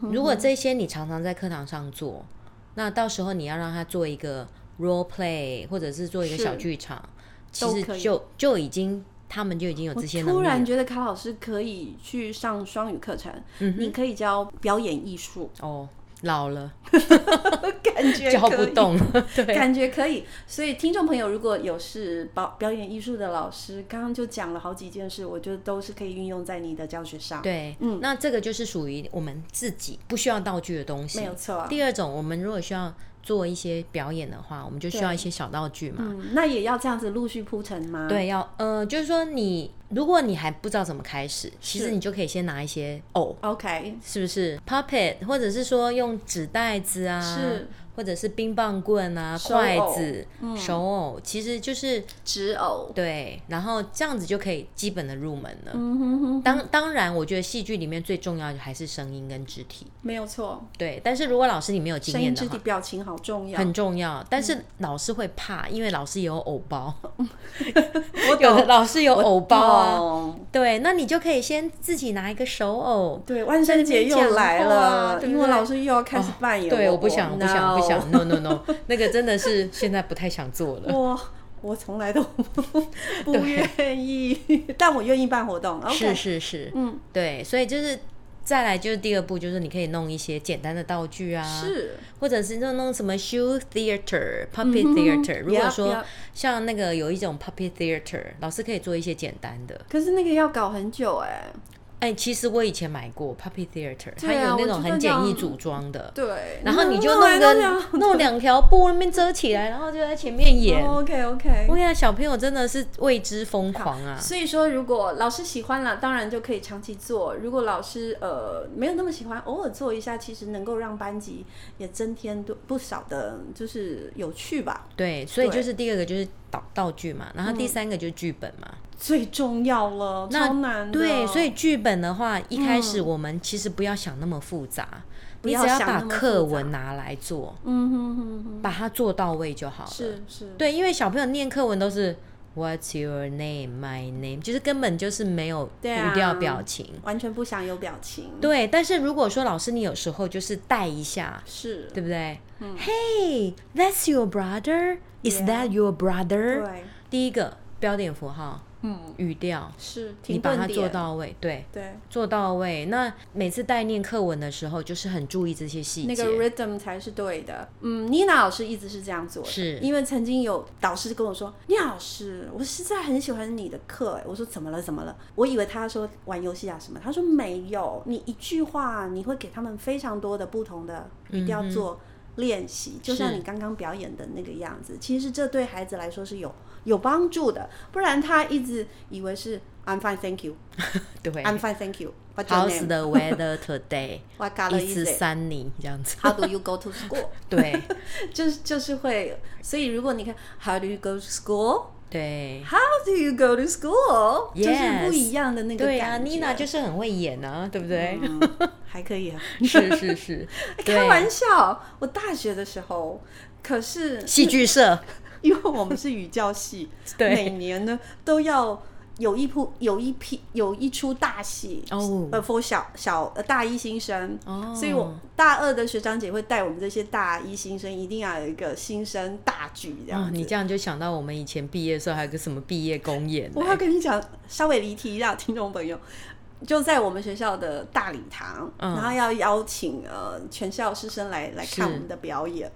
S2: 如果这些你常常在课堂上做，那到时候你要让他做一个 role play，或者是做一个
S1: 是
S2: 小剧场，其
S1: 都可
S2: 实
S1: 以
S2: 就就已经他们就已经有
S1: 我
S2: 这些能力了。
S1: 突然觉得卡老师可以去上双语课程，
S2: 嗯
S1: 你可以教表演艺 术，
S2: 哦，老了
S1: 感 觉
S2: 教
S1: 可
S2: 不
S1: 以
S2: 动了，对。
S1: 感觉可以。所以听众朋友，如果有是表表演艺术的老师，刚刚就讲了好几件事，我觉得都是可以运用在你的教学上。，
S2: 对，嗯，那这个就是属于我们自己不需要道具的东西，
S1: 没有错啊
S2: 第二种，我们如果需要做一些表演的话，我们就需要一些小道具嘛。
S1: 嗯，那也要这样子陆续铺陈吗？，
S2: 对，要呃，就是说你如果你还不知道怎么开始，其实
S1: 是
S2: 你就可以先拿一些偶，
S1: OK，
S2: 是不是 puppet，或者是说用纸袋子啊，
S1: 是
S2: 或者是冰棒棍啊、
S1: 手偶嗯
S2: 筷子、手偶，其实就是
S1: 纸偶。
S2: 对，然后这样子就可以基本的入门了。
S1: 嗯哼哼，
S2: 当当然，我觉得戏剧里面最重要的还是声音跟肢体。
S1: 没有错，
S2: 对，但是如果老师你没有经
S1: 声
S2: 验
S1: 音、
S2: 的
S1: 肢
S2: 话
S1: 体、，嗯表情好重要。
S2: 很重要。但是老师会怕，因为老师也有偶包，
S1: 我
S2: 有的老师有偶包啊。
S1: 哦，
S2: 对，那你就可以先自己拿一个手偶。
S1: 对，万圣节又来了，
S2: 在那边讲话对不对哦
S1: 英文老师又要开始扮演、
S2: 对，我
S1: 我
S2: 不想，不想，不想。，no no no，那 个真的是现在不太想做了。
S1: 我我从来都不 愿意， 但我愿意办活动。
S2: 是
S1: OK，
S2: 是是，
S1: 嗯，
S2: 对，所以就是再来就是第二步，就是你可以弄一些简单的道具啊，
S1: 是
S2: 或者是就弄什么 shoe theater、puppet
S1: 嗯
S2: theater、如哎果
S1: yeah，
S2: 说
S1: yeah
S2: 像那个有一种 puppet theater，老师可以做一些简单的。
S1: 可是那个要搞很久哎、
S2: 哎、其实我以前买过 puppy theater，、它
S1: 对啊
S2: 有那
S1: 我
S2: 种
S1: 知道
S2: 很简易
S1: 那
S2: 组装的，
S1: 对，
S2: 然后你就
S1: 弄啊
S2: 弄
S1: 来
S2: 个弄两条布那边遮起来，然后就在前面演。
S1: OK OK
S2: 我。跟你讲，小朋友真的是为之疯狂啊！
S1: 所以说，如果老师喜欢了，当然就可以长期做；如果老师呃没有那么喜欢，偶尔做一下，其实能够让班级也增添多不少的，就是有趣吧。
S2: 对，所以
S1: 对嗯
S2: 就是第二个就是道道具嘛，然后第三个就是剧本嘛。
S1: 最重要了，
S2: 那
S1: 超难的。嗯
S2: 对，所以剧本的话，一开始我们其实不要想那么复杂，
S1: 不
S2: 你
S1: 要
S2: 只
S1: 想
S2: 把
S1: 那么复
S2: 课
S1: 杂
S2: 文拿来做，
S1: 嗯哼哼哼，
S2: 把它做到位就好了。
S1: 是是，
S2: 对，因为小朋友念课文都是 What's your name? My name，就是根本就是没有
S1: 对啊
S2: 无调表情。
S1: 完全不想有表情。，
S2: 对，但是如果说老师你有时候就是带一下，
S1: 是，
S2: 对不对、h
S1: 嗯
S2: e y that's your brother. Is that your brother？
S1: 对，
S2: 第一个标点符号，
S1: 嗯，
S2: 语调，
S1: 是。
S2: 你
S1: 停
S2: 把
S1: 顿
S2: 它做
S1: 点，
S2: 到位，对，
S1: 对，
S2: 做到位。那每次带念课文的时候，就是很注意这些细节。
S1: 那个 rhythm 才是对的。嗯，妮娜老师一直是这样做的，
S2: 是
S1: 因为曾经有导师跟我说：“聂老师，我实在很喜欢你的课。”哎，我说怎么了？怎么了？我以为他说玩游戏啊什么，他说没有，你一句话你会给他们非常多的不同的语调做练习，就像你刚刚表演的那个样子。其实这对孩子来说是有有帮助的，不然他一直以为是 “I'm fine, thank you,
S2: 对
S1: I'm fine, thank you”。What's your
S2: ，How's
S1: name?
S2: the weather today？
S1: What color
S2: 一
S1: is
S2: 直
S1: it?
S2: 三你这样 子。
S1: How do you go to school?
S2: 对
S1: 就是就是会，所以如果你看 How do you go to school?
S2: 对
S1: How do you go to school? 就是不
S2: Yes
S1: 一样的那个
S2: 对啊
S1: 感觉。
S2: ，Nina 就是很会演啊，对不对？
S1: 嗯还可以啊，
S2: 是 是是，
S1: 开
S2: 对
S1: 玩笑。我大学的时候，可是
S2: 戏剧社，，
S1: 因为我们是语教系
S2: 对
S1: 每年呢都要有一部有一批有一出大戏
S2: 哦
S1: 呃，for 小小呃大一新生
S2: 哦
S1: 所以我大二的学长姐会带我们这些大一新生，一定要有一个新生大剧这样子。，
S2: 哦你这样就想到我们以前毕业的时候还有个什么毕业公演呢、
S1: 我要跟你讲，稍微离题一下，听众朋友，就在我们学校的大礼堂，
S2: 嗯
S1: 然后要邀请呃全校师生来来
S2: 是
S1: 看我们的表演，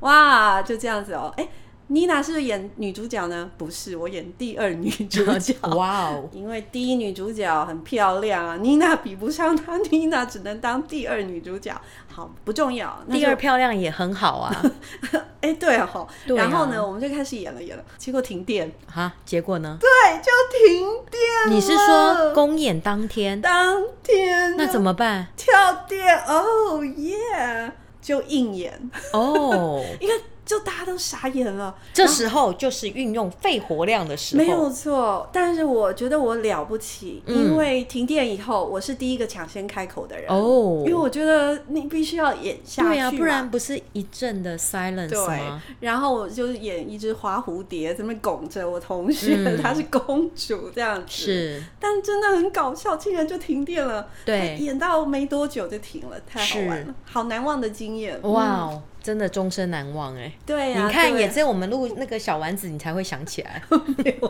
S1: 哇，就这样子哦，哎。妮娜是不是演女主角呢？不是，我演第二女主角。
S2: 哇哦，
S1: 因为第一女主角很漂亮啊，妮娜比不上她，妮娜只能当第二女主角。好，不重要。那
S2: 第
S1: 就
S2: 二，漂亮也很好啊，
S1: 哎、对哦。
S2: 对啊
S1: 然后呢，我们就开始演了演了，结果停电，
S2: 哈，结果呢？
S1: 对，就停电了。
S2: 你是说公演当天，
S1: 当天
S2: 那怎
S1: 么
S2: 么办？
S1: 跳电？哦耶！就硬演，
S2: 哦，
S1: 因为就大家都傻眼了。
S2: 这时候就是运用肺活量的时候，
S1: 没有错，但是我觉得我了不起，
S2: 嗯
S1: 因为停电以后，我是第一个抢先开口的人。
S2: 哦
S1: 因为，我觉得你必须要演下去嘛，
S2: 对啊，不然不是一阵的 silence 吗？
S1: 对，然后我就演一只花蝴蝶，在那边拱着我同学，
S2: 嗯
S1: 她是公主这样子。，
S2: 是，
S1: 但真的很搞笑，竟然就停电了。
S2: 对，
S1: 演到没多久就停了，太好玩
S2: 是
S1: 了，好难忘的经验。
S2: 哇
S1: 嗯，
S2: 哦，真的终身难忘哎。
S1: 对呀、
S2: 你看，
S1: 对
S2: 也
S1: 啊
S2: 只有我们录那个小丸子，你才会想 起来，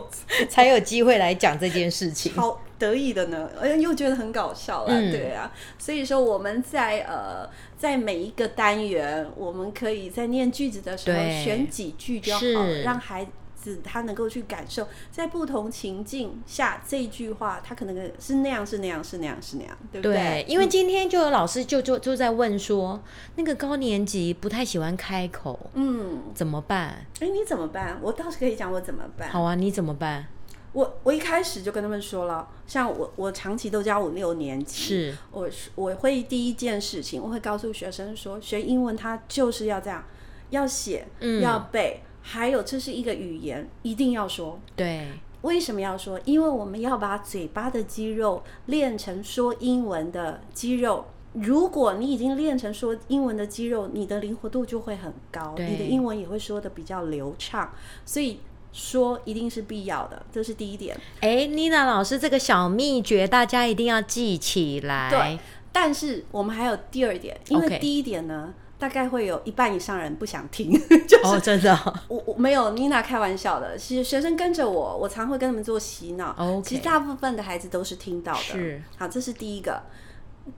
S2: 才有机会来讲这件事情。
S1: 好得意的呢，而且又觉得很搞笑啦，
S2: 嗯
S1: 对啊。所以说我们在呃，在每一个单元，我们可以在念句子的时候
S2: 对
S1: 选几句就好
S2: 是，
S1: 让孩子他能够去感受，在不同情境下这一句话，他可能是那样，是那样，是那样，是那样，对不
S2: 对，因为今天就有老师就就就在问说，那个高年级不太喜欢开口，
S1: 嗯，
S2: 怎么办？
S1: 哎，你怎么办？我倒是可以讲我怎么办。
S2: 好啊，你怎么办？
S1: 我我一开始就跟他们说了，像我我长期都教五六年级，
S2: 是
S1: 我是我会第一件事情，我会告诉学生说，学英文它就是要这样，要写，
S2: 嗯
S1: 要背，还有这是一个语言，一定要
S2: 嗯
S1: 说。
S2: 对，
S1: 为什么要说？因为我们要把嘴巴的肌肉练成说英文的肌肉。如果你已经练成说英文的肌肉，你的灵活度就会很高，
S2: 对
S1: 你的英文也会说的比较流畅，所以说一定是必要的，这是第一点。
S2: 哎，妮娜老师这个小秘诀大家一定要记起来。
S1: 对，但是我们还有第二点，因
S2: OK
S1: 为第一点呢大概会有一半以上人不想听， 就是、
S2: 哦，真的哦、
S1: 我我没有妮娜开玩笑的，其实学生跟着我，我常会跟他们做洗脑
S2: 哦 OK
S1: 其实大部分的孩子都是听到的。
S2: 是，
S1: 好，这是第一个。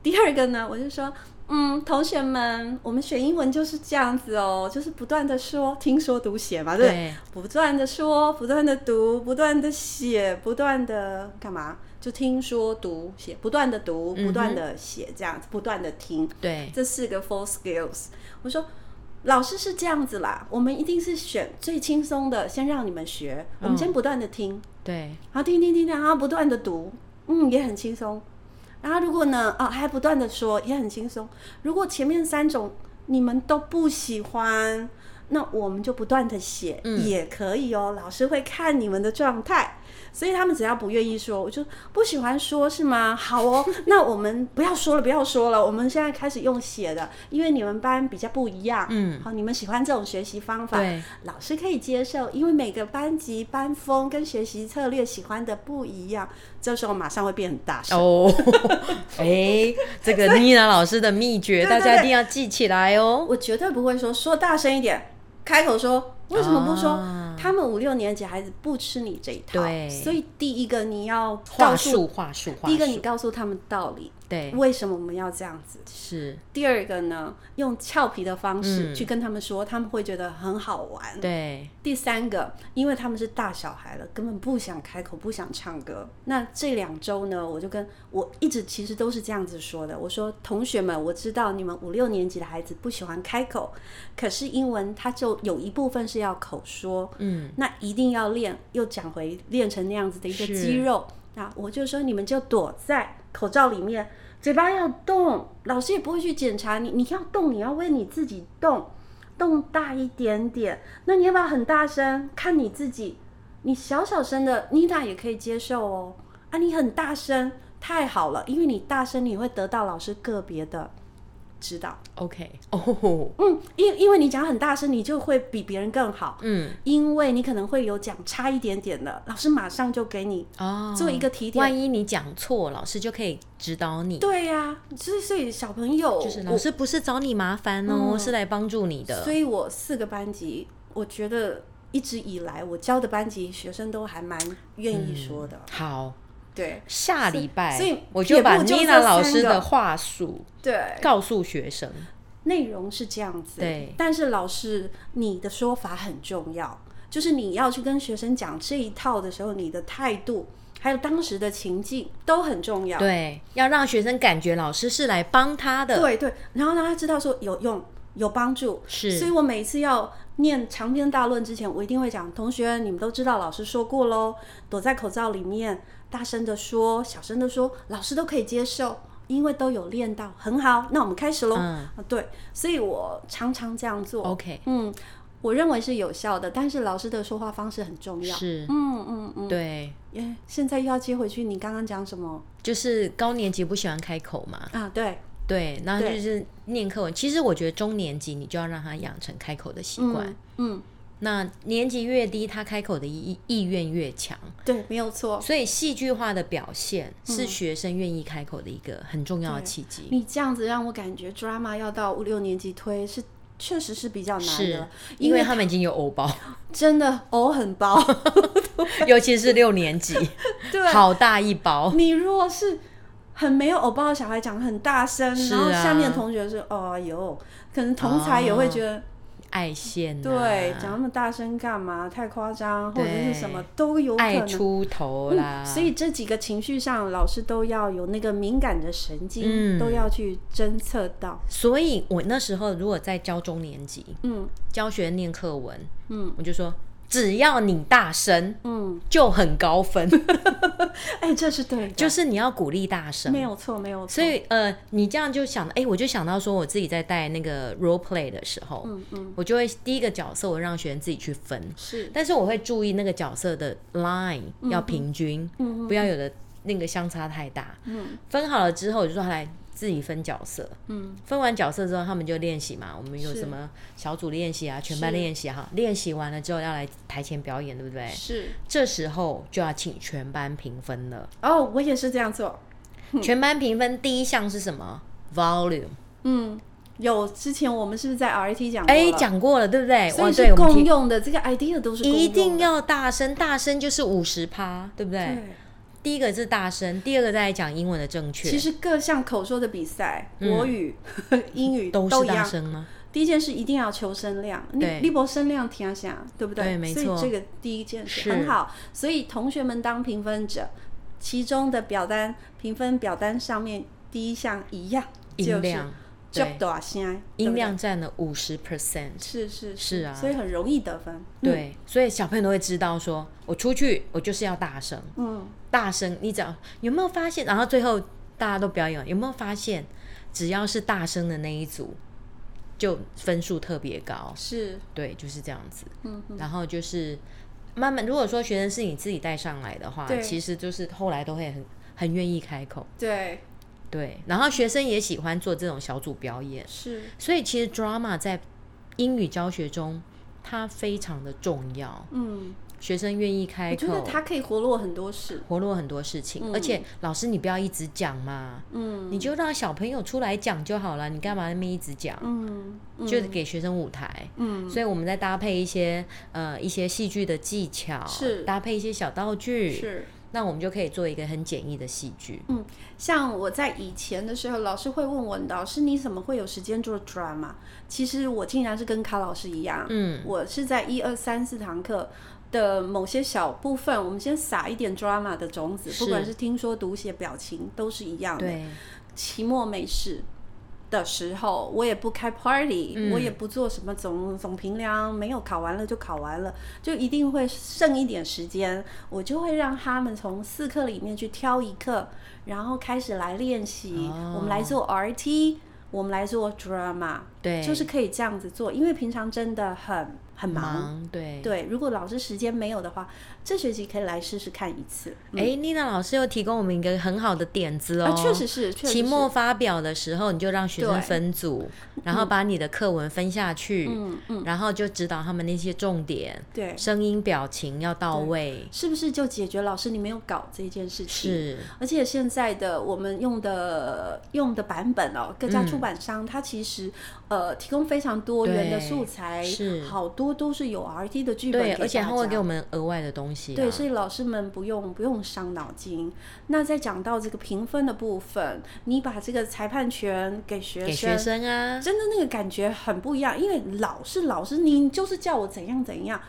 S1: 第二个呢，我就说，嗯，同学们，我们学英文就是这样子哦，就是不断的说，听说读写嘛，啊对不对
S2: 对，
S1: 不断的说，不断的读，不断的写，不断的干嘛？就听说读写，不断的读，
S2: 嗯哼
S1: 不断的写，这样子，不断的听，
S2: 对，
S1: 这四个 four skills。我说老师是这样子啦，我们一定是选最轻松的，先让你们学，我
S2: 嗯
S1: 们先不断的听，
S2: 对，
S1: 然后听听听听，然后不断的读，嗯，也很轻松。然后如果呢，哦，还不断的说，也很轻松。如果前面三种你们都不喜欢，那我们就不断的写、
S2: 嗯
S1: 也可以哦。老师会看你们的状态，所以他们只要不愿意说，我就不喜欢说是吗？好 哦，那我们不要说了，不要说了，我们现在开始用写的，因为你们班比较不一样，
S2: 嗯，
S1: 好，你们喜欢这种学习方法，
S2: 对，
S1: 老师可以接受，因为每个班级班风跟学习策略喜欢的不一样，这时候马上会变很大声。
S2: 哦， 哎，这个妮娜老师的秘诀
S1: 对
S2: 大
S1: 对
S2: 家一
S1: 对
S2: 定要记起来哦。
S1: 我绝对不会说说大声一点，开口说为什么不说？
S2: 啊
S1: 他们五六年级孩子不吃你这一套，
S2: 对
S1: 所以第一个你要
S2: 话
S1: 告诉，
S2: 术，话术，话
S1: 第一个你
S2: 术，
S1: 告诉他们道理，
S2: 对，
S1: 为什么我们要这样子？
S2: 是，
S1: 第二个呢，用俏皮的方式
S2: 嗯
S1: 去跟他们说，他们会觉得很好玩。
S2: 对，
S1: 第三个，因为他们是大小孩了，根本不想开口，不想唱歌。那这两周呢，我就跟我一直其实都是这样子说的。我说，同学们，我知道你们五六年级的孩子不喜欢开口，可是英文它就有一部分是要口说，
S2: 嗯，
S1: 那一定要练，又讲回练成那样子的一个
S2: 是
S1: 肌肉。那我就说，你们就躲在口罩里面，嘴巴要动，老师也不会去检查你，你要动，你要为你自己动，动大一点点。那你要不要很大声？看你自己，你小小声的，妮娜也可以接受哦。啊，你很大声，太好了，因为你大声，你会得到老师个别的指导。
S2: ，OK，哦，
S1: 嗯，因因为你讲很大声，你就会比别人更好。
S2: 嗯，
S1: 因为你可能会有讲差一点点的，老师马上就给你。
S2: 哦，
S1: 做一个提点
S2: 万一你讲错，老师就可以指导你。
S1: 对呀、所以所以小朋友，
S2: 就是老师不是找你麻烦哦，
S1: 嗯
S2: 是来帮助你
S1: 我所
S2: 的。
S1: 以我四个班级，我觉得一直以来我教的班级学生都还蛮愿意说的。
S2: 好，
S1: 对
S2: 下礼拜，
S1: 所以
S2: 我就把
S1: 撇步就
S2: 妮
S1: 这
S2: 娜
S1: 三个
S2: 老师的话术
S1: 对
S2: 告诉学生。
S1: 内容是这样子，
S2: 对
S1: 但是老师你的说法很重要，就是你要去跟学生讲这一套的时候，你的态度还有当时的情境都很重要。
S2: 对，要让学生感觉老师是来帮他的，
S1: 对对，然后让他知道说有用、有帮助。
S2: 是
S1: 所以我每次要念长篇大论之前，我一定会讲：同学，你们都知道老师说过喽，躲在口罩里面，大声的说，小声的说，老师都可以接受，因为都有练到，很好。那我们开始喽。
S2: 嗯
S1: 啊对，所以我常常这样做。
S2: ，OK，
S1: 嗯，我认为是有效的，但是老师的说话方式很重要。
S2: 是，
S1: 嗯嗯嗯。
S2: 对，
S1: 耶，现在又要接回去，你刚刚讲什么
S2: 就是高年级不喜欢开口嘛，
S1: 啊？对，
S2: 对，然后
S1: 对
S2: 就是念课文。其实我觉得中年级你就要让他养成开口的习惯，
S1: 嗯嗯，
S2: 那年级越低，他开口的意意愿越强，
S1: 对，没有错。
S2: 所以戏剧化的表现
S1: 嗯
S2: 是学生愿意开口的一个很重要的契机。
S1: 你这样子让我感觉 drama 要到五六年级推是确实是比较难
S2: 是
S1: 的，
S2: 因为
S1: 为
S2: 他们已经有欧包，
S1: 真的藕很薄。
S2: 尤其是六年级，
S1: 对，
S2: 好大一包。
S1: 你如果是很没有偶包的小孩讲得很大声，
S2: 是
S1: 然后
S2: 啊
S1: 下面的同学是哦哎呦，可能同才也会觉
S2: 哦
S1: 得、
S2: 爱线、啊，
S1: 对讲那么大声干嘛，太夸张或者
S2: 对
S1: 是什么都有可
S2: 爱
S1: 能。
S2: 出头啦，
S1: 所以这几个情绪上，老师都要有那个敏感的神经，
S2: 嗯
S1: 都要去侦测到。
S2: 所以我那时候如果在教中年级
S1: 嗯
S2: 教学念课文，嗯，我就说只要你大声
S1: 嗯，
S2: 就很 高分，
S1: 哎、这是对的，
S2: 就是你要鼓励大声
S1: 没。有错，没有错。
S2: 所以呃，你这样就想，哎、我就想到说我自己在带那个 role play 的时候，
S1: 嗯嗯，
S2: 我就会第一个角色我让学生自己去分，
S1: 是
S2: 但是我会注意那个角色的 line
S1: 嗯
S2: 要平均，不要有的那个相差太大。
S1: 嗯
S2: 分好了之后，我就说来自己分角色。
S1: 嗯，
S2: 分完角色之后，他们就练习嘛，我们有
S1: 是
S2: 什么小组练习啊、全班
S1: 是
S2: 练习哈、练习完了之后要来台前表演，对不对？
S1: 是
S2: 这时候就要请全班评分了。
S1: 哦，我也是这样做。
S2: 全班评分第一项是什么？Volume，
S1: 嗯，有之前我们是不是在 RIT 讲过
S2: 哎，
S1: 了，
S2: 讲过了，对不对？
S1: 所
S2: 哇
S1: 以
S2: 对
S1: 是
S2: 我们
S1: 共
S2: 听
S1: 用的，这个 idea 都是共用的
S2: 一定要大声，大声就是五十趴，对不对？
S1: 对。
S2: 第一个是大声，第二个在讲英文的正确，嗯
S1: 其实各项口说的比赛，国语、 英语
S2: 都
S1: 都
S2: 是
S1: 一
S2: 大
S1: 样。
S2: 声吗？
S1: 第一件事一定要求声量，你
S2: 对
S1: 立博声量听下，对不
S2: 对没
S1: 所
S2: 错
S1: 以这个第一件事
S2: 是
S1: 很好。所以同学们当评分者，其中的表单评分表单上面第一项一样，
S2: 音
S1: 就是
S2: 量，
S1: 就
S2: 对
S1: 大声，对
S2: 音
S1: 不对
S2: 量占了五十 percent。
S1: 是是
S2: 是啊
S1: 所以很容易得分。
S2: 对，所以小朋友都会知道说，我出去我就是要大声，
S1: 嗯，
S2: 大声。你只要有没有发现？然后最后大家都表演，有没有发现？只要是大声的那一组，就分数特别高。
S1: 是，
S2: 对，就是这样子。
S1: 嗯
S2: 然后就是慢慢，如果说学生是你自己带上来的话，
S1: 对
S2: 其实就是后来都会很很愿意开口。
S1: 对，
S2: 对，然后学生也喜欢做这种小组表演，
S1: 是。
S2: 所以其实 drama 在英语教学中它非常的重要，
S1: 嗯，
S2: 学生愿意开
S1: 我觉得
S2: 口，
S1: 它可以活络很多事。
S2: 活络很多事情，
S1: 嗯
S2: 而且老师你不要一直讲嘛，
S1: 嗯
S2: 你就让小朋友出来讲就好了，你干嘛那么一直讲？
S1: 嗯，嗯
S2: 就是给学生舞台，
S1: 嗯
S2: 所以我们再搭配一些呃一些戏剧的技巧，
S1: 是
S2: 搭配一些小道具，
S1: 是。
S2: 那我们就可以做一个很简易的戏剧。
S1: 像我在以前的时候，老师会问我，老师你怎么会有时间做 drama？其实我竟然是跟卡老师一样，
S2: 嗯，
S1: 我是在一二三四堂课的某些小部分，我们先撒一点 drama 的种子，
S2: 是
S1: 不管是听说、读写、表情，都是一样的。
S2: 对，
S1: 期末没事的时候，我也不开 party，、
S2: 嗯
S1: 我也不做什么总总评量，没有考完了就考完了，就一定会剩一点时间，我就会让他们从四课里面去挑一课，然后开始来练习，
S2: 哦
S1: 我们来做 RT。我们来做 drama，
S2: 对
S1: 就是可以这样子做，因为平常真的很很忙。
S2: 忙，对。
S1: 对，如果老师时间没有的话，这学期可以来试试看一次。
S2: 哎、丽娜老师又提供我们一个很好的点子哦，
S1: 嗯啊，确实。是，确实
S2: 期
S1: 是
S2: 末发表的时候，你就让学生
S1: 对
S2: 分组，然后把你的课文分下去，
S1: 嗯嗯
S2: 然后就指导他们那些重点，
S1: 对，
S2: 声音、表情要到位，
S1: 是不是就解决老师你没有搞这件事情？。
S2: 是
S1: 而且现在的我们用的用的版本哦，各家
S2: 嗯
S1: 出版商、它其实呃提供非常多元的
S2: 对
S1: 素材
S2: 是，
S1: 好多都是有 RT 的剧本
S2: 对，
S1: 给
S2: 而且
S1: 大
S2: 他会
S1: 家
S2: 给我们额外的东西、啊。
S1: 对，所以老师们不用不用伤脑筋。那再讲到这个评分的部分，你把这个裁判权给学
S2: 给
S1: 生，
S2: 学生啊，
S1: 真的那个感觉很不一样。因为老是老师，你就是叫我怎样怎样。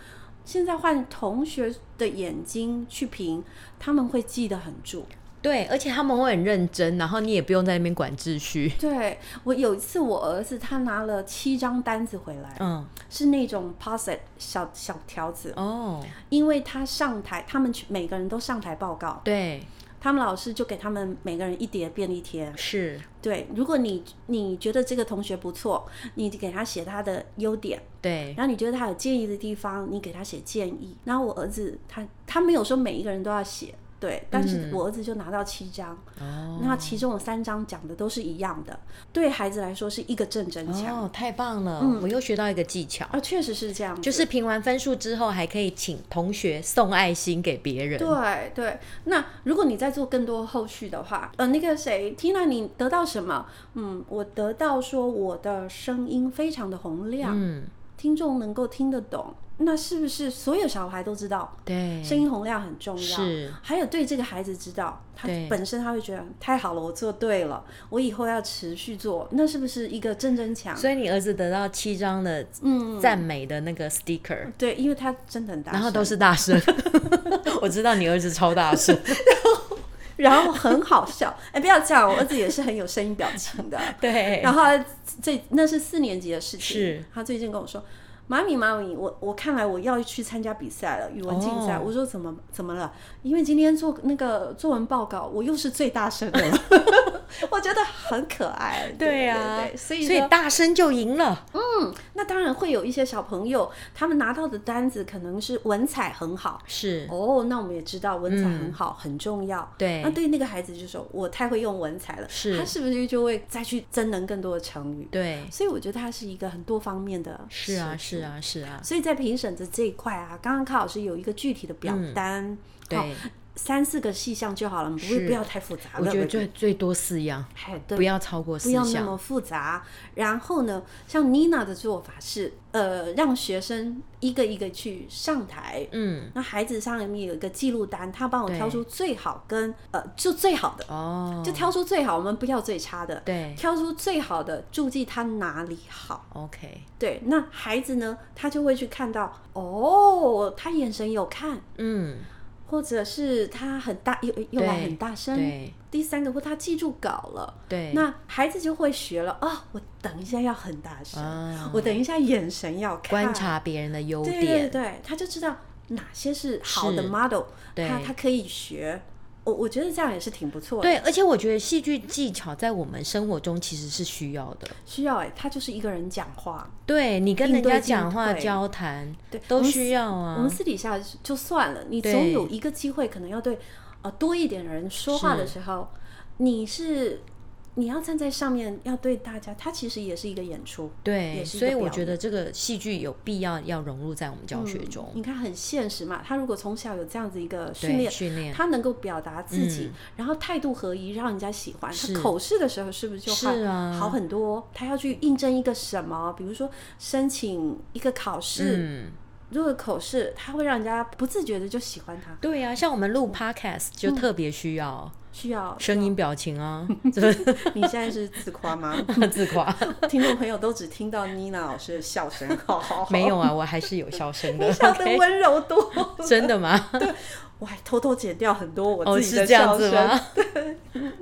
S1: 现在换同学的眼睛去评，他们会记得很住。
S2: 对，而且他们会很认真，然后你也不用在那边管秩序。
S1: 对我有一次，我儿子他拿了七张单子回来，
S2: 嗯，
S1: 是那种 post 小小条子，
S2: 哦，
S1: 因为他上台，他们去每个人都上台报告，
S2: 对，
S1: 他们老师就给他们每个人一叠便利贴。
S2: 是，
S1: 对，如果你你觉得这个同学不错，你给他写他的优点，
S2: 对，
S1: 然后你觉得他有建议的地方，你给他写建议。然后我儿子他他没有说每一个人都要写，对，但是我儿子就拿到七张，
S2: 嗯哦，
S1: 那其中有三张讲的都是一样的，对孩子来说是一个正增强嗯
S2: 哦，太棒了，我又学到一个技巧。
S1: 啊，确实是这样子，
S2: 就是评完分数之后，还可以请同学送爱心给别人。
S1: 对对，那如果你再做更多后续的话，呃，那个谁，Tina，你得到什么？嗯，我得到说我的声音非常的洪亮，
S2: 嗯，
S1: 听众能够听得懂，那是不是所有小孩都知道
S2: 对，
S1: 声音洪亮很重要？
S2: 嗯是，
S1: 还有对这个孩子知道，他
S2: 对
S1: 本身他会觉得太好了，我做对了，我以后要持续做，那是不是一个正增强？
S2: 所以你儿子得到七张的
S1: 嗯，
S2: 赞美的那个 sticker，、
S1: 对，因为他真的很大声，
S2: 然后都是大 声。我知道你儿子超大声，
S1: 然后很好笑，哎，不要这样，我儿子也是很有声音表情 的。
S2: 对，啊
S1: 然后他这那是四年级的事情，
S2: 哎是
S1: 他最近跟我说。妈咪，妈咪，我我看来我要去参加比赛了，语文竞赛。
S2: 哦
S1: 我说怎么怎么了？因为今天做那个作文报告，我又是最大声 的了，我觉得很可爱。
S2: 对
S1: 呀，
S2: 啊
S1: 对对所以
S2: 所以
S1: 说
S2: 大声就赢了。
S1: 那当然会有一些小朋友，他们拿到的单子可能是文采很好。
S2: 是，
S1: 哦，那我们也知道文采很好、很重要。
S2: 嗯啊对
S1: 那对那个孩子就说，我太会用文采了，
S2: 是
S1: 他是不是就会再去增能更多的成语？
S2: 对，
S1: 所以我觉得它是一个很多方面的。
S2: 是啊，是。啊，是啊，
S1: 所以在评审的这一块啊，刚刚康老师有一个具体的表单，
S2: 嗯对，
S1: 好三四个细项就好了，不会
S2: 是
S1: 不要太复杂了。
S2: 我觉得最最多四样，
S1: 哎，对，
S2: 不要超过
S1: 不
S2: 四
S1: 要那
S2: 项。
S1: 么复杂。然后呢，像妮娜的做法是，呃，让学生一个一个去上台。
S2: 嗯，
S1: 那孩子上面有一个记录单，他帮我
S2: 对
S1: 挑出最好跟呃，就最好的，
S2: 哦，
S1: 就挑出最好，我们不要最差的，
S2: 对
S1: 挑出最好的，注记他哪里好。
S2: ，OK，
S1: 对，那孩子呢，他就会去看到哦，他眼神有看，
S2: 嗯，
S1: 或者是他很大又又来
S2: 对
S1: 很大声。
S2: 对
S1: 第三个，或他记住稿了，
S2: 对，
S1: 那孩子就会学了哦，我等一下要很大声，
S2: 啊
S1: 我等一下眼神要看，
S2: 观察别人的优
S1: 对对
S2: 点，
S1: 对，他就知道哪些是好的
S2: 是
S1: model，
S2: 对
S1: 他他可以学。我我觉得这样也是挺不错的，
S2: 对，而且我觉得戏剧技巧在我们生活中其实是需要的。
S1: 需要哎，他就是一个人讲话，
S2: 对你跟人
S1: 应
S2: 家
S1: 对进
S2: 讲话、
S1: 退
S2: 交谈，
S1: 对，我
S2: 都
S1: 们
S2: 需要
S1: 我们
S2: 啊。
S1: 私底下就算了，你
S2: 对
S1: 总有一个机会，可能要对呃多一点人说话的时候，你是你要站在上面，要对大家，它其实也是一个演出，
S2: 对，
S1: 也是一
S2: 所以
S1: 个
S2: 我
S1: 表嗯
S2: 觉得这个戏剧有必要要融入在我们教学中，
S1: 你看很现实嘛。他如果从小有这样子一个训
S2: 对
S1: 练，
S2: 训练
S1: 他能够表达自己，然后态度合一，让人家喜欢。
S2: 是
S1: 他口试的时候是不是就是好
S2: 啊
S1: 好很多？他要去应征一个什么，比如说申请一个考试，
S2: 嗯，
S1: 如果口试，他会让人家不自觉的就喜欢他，
S2: 对呀、啊像我们录 podcast
S1: 嗯
S2: 就特别需要
S1: 需要
S2: 声音、表情啊，
S1: 嗯
S2: 这
S1: 你现在是自夸吗？
S2: 自夸。
S1: 听众朋友都只听到妮娜老师的笑声，好好好，
S2: 没有啊，我还是有笑声的。
S1: 笑得
S2: OK
S1: 温柔多。
S2: 真的吗？
S1: 我还偷偷剪掉很多我
S2: 哦，
S1: 自己
S2: 是
S1: 的
S2: 这样
S1: 笑
S2: 子
S1: 声。 嗯
S2: 吗？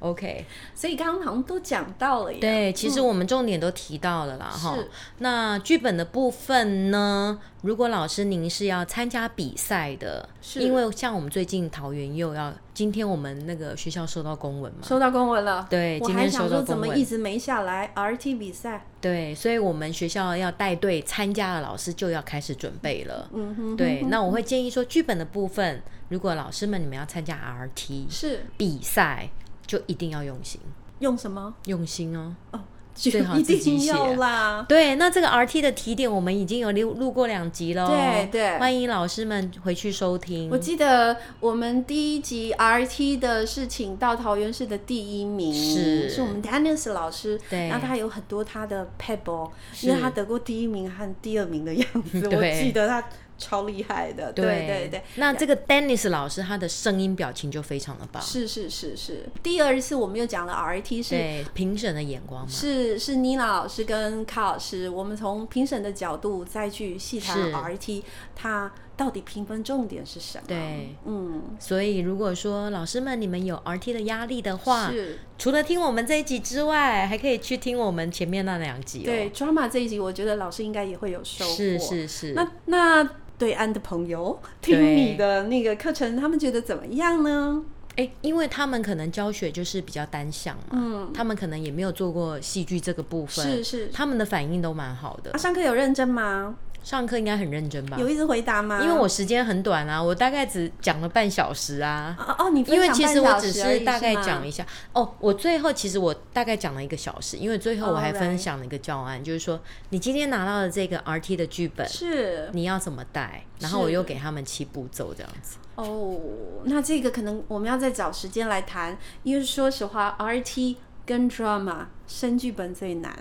S2: OK，
S1: 所以刚刚好像都讲到了耶。
S2: 对，其实我们重点都提到了啦，哈、
S1: 嗯是
S2: 那剧本的部分呢？如果老师您是要参加比赛的，
S1: 是
S2: 因为像我们最近桃园又要，今天我们那个学校收到公文嘛，
S1: 收到公文了。
S2: 对
S1: 我
S2: 今
S1: 还
S2: 天
S1: 想
S2: 收到
S1: 说怎么
S2: 公文
S1: 一直没下来 RT 比赛。
S2: 对，所以我们学校要带队参加的老师就要开始准备了。
S1: 嗯哼，
S2: 对，那我会建议说，剧本的部分，如果老师们你们要参加 RT
S1: 是
S2: 比赛，就一定要用心，
S1: 用什么？
S2: 用心哦。
S1: 哦，就
S2: 最好
S1: 一
S2: 自己
S1: 定
S2: 写
S1: 要啦。
S2: 对，那这个 RT 的提点我们已经有录录过两集喽，
S1: 对对
S2: 欢迎老师们回去收听
S1: 我。记得我们第一集 RT 的事情到桃园市的第一名，
S2: 是
S1: 是我们 Dennis 老师，
S2: 对
S1: 然后他有很多他的 pebble，
S2: 是嗯
S1: 因为他得过第一名和第二名的样子，我
S2: 对
S1: 记得他超厉害的，对对对。
S2: 那这个 Dennis 老师他的声音表情就非常的棒，
S1: 是是是是，第二次我们又讲了 RT 是
S2: 对评审的眼光嘛，
S1: 是是妮娜老师跟卡老师，我们从评审的角度再去细谈
S2: 是
S1: RT，它到底评分重点是什么？，
S2: 对。
S1: 嗯，
S2: 所以如果说老师们你们有 RT 的压力的话，
S1: 是
S2: 除了听我们这一集之外，还可以去听我们前面那两集哦。
S1: 对 drama 这一集，我觉得老师应该也会有收获。
S2: 是是是，
S1: 那那对岸的朋友听
S2: 对
S1: 你的那个课程，他们觉得怎么样呢？
S2: 哎、因为他们可能教学就是比较单向嘛，
S1: 嗯，
S2: 他们可能也没有做过戏剧这个部分，
S1: 是是。
S2: 他们的反应都蛮好的
S1: 啊，，上课有认真吗？
S2: 上课应该很认真吧？
S1: 有一直回答吗？
S2: 因为我时间很短啊，我大概只讲了半小时啊。
S1: 哦哦，你分
S2: 因为
S1: 享
S2: 其实
S1: 半
S2: 我
S1: 小
S2: 只
S1: 时而
S2: 是
S1: 已
S2: 大概
S1: 吗
S2: 讲一下哦，我最后其实我大概讲了一个小时，因为最后我还
S1: Alright
S2: 分享了一个教案就是说你今天拿到的这个 RT 的剧本，
S1: 是
S2: 你要怎么带，然后
S1: 是
S2: 我又给他们七步骤这样子。
S1: 哦，那这个可能我们要再找时间来谈，因为说实话，RT 跟 drama 生剧本最难。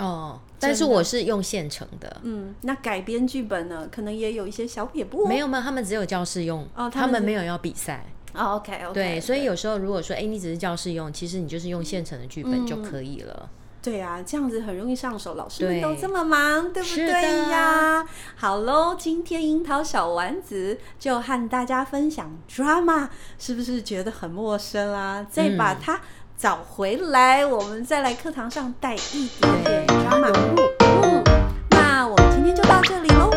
S2: 哦，但是我是用现成的，
S1: 嗯，那改编剧本呢，可能也有一些小撇步。
S2: 没有没有，他们只有教室用，
S1: 哦哦他们
S2: 他们
S1: 是
S2: 没有要比赛。
S1: 哦，OK，OK，对、o k OK，
S2: 对，所以有时候如果说，哎，你只是教室用，其实你就是用现成的剧本
S1: 嗯
S2: 就可以了。
S1: 对啊，这样子很容易上手。老师
S2: 对
S1: 们都这么忙，对不
S2: 是的
S1: 对呀？好喽，今天樱桃小丸子就和大家分享 drama，是不是觉得很陌生啊？再把
S2: 嗯
S1: 它找回来，我们再来课堂上带一点点
S2: 对
S1: drama 入。嗯，那我们今天就到这里喽，
S2: 哦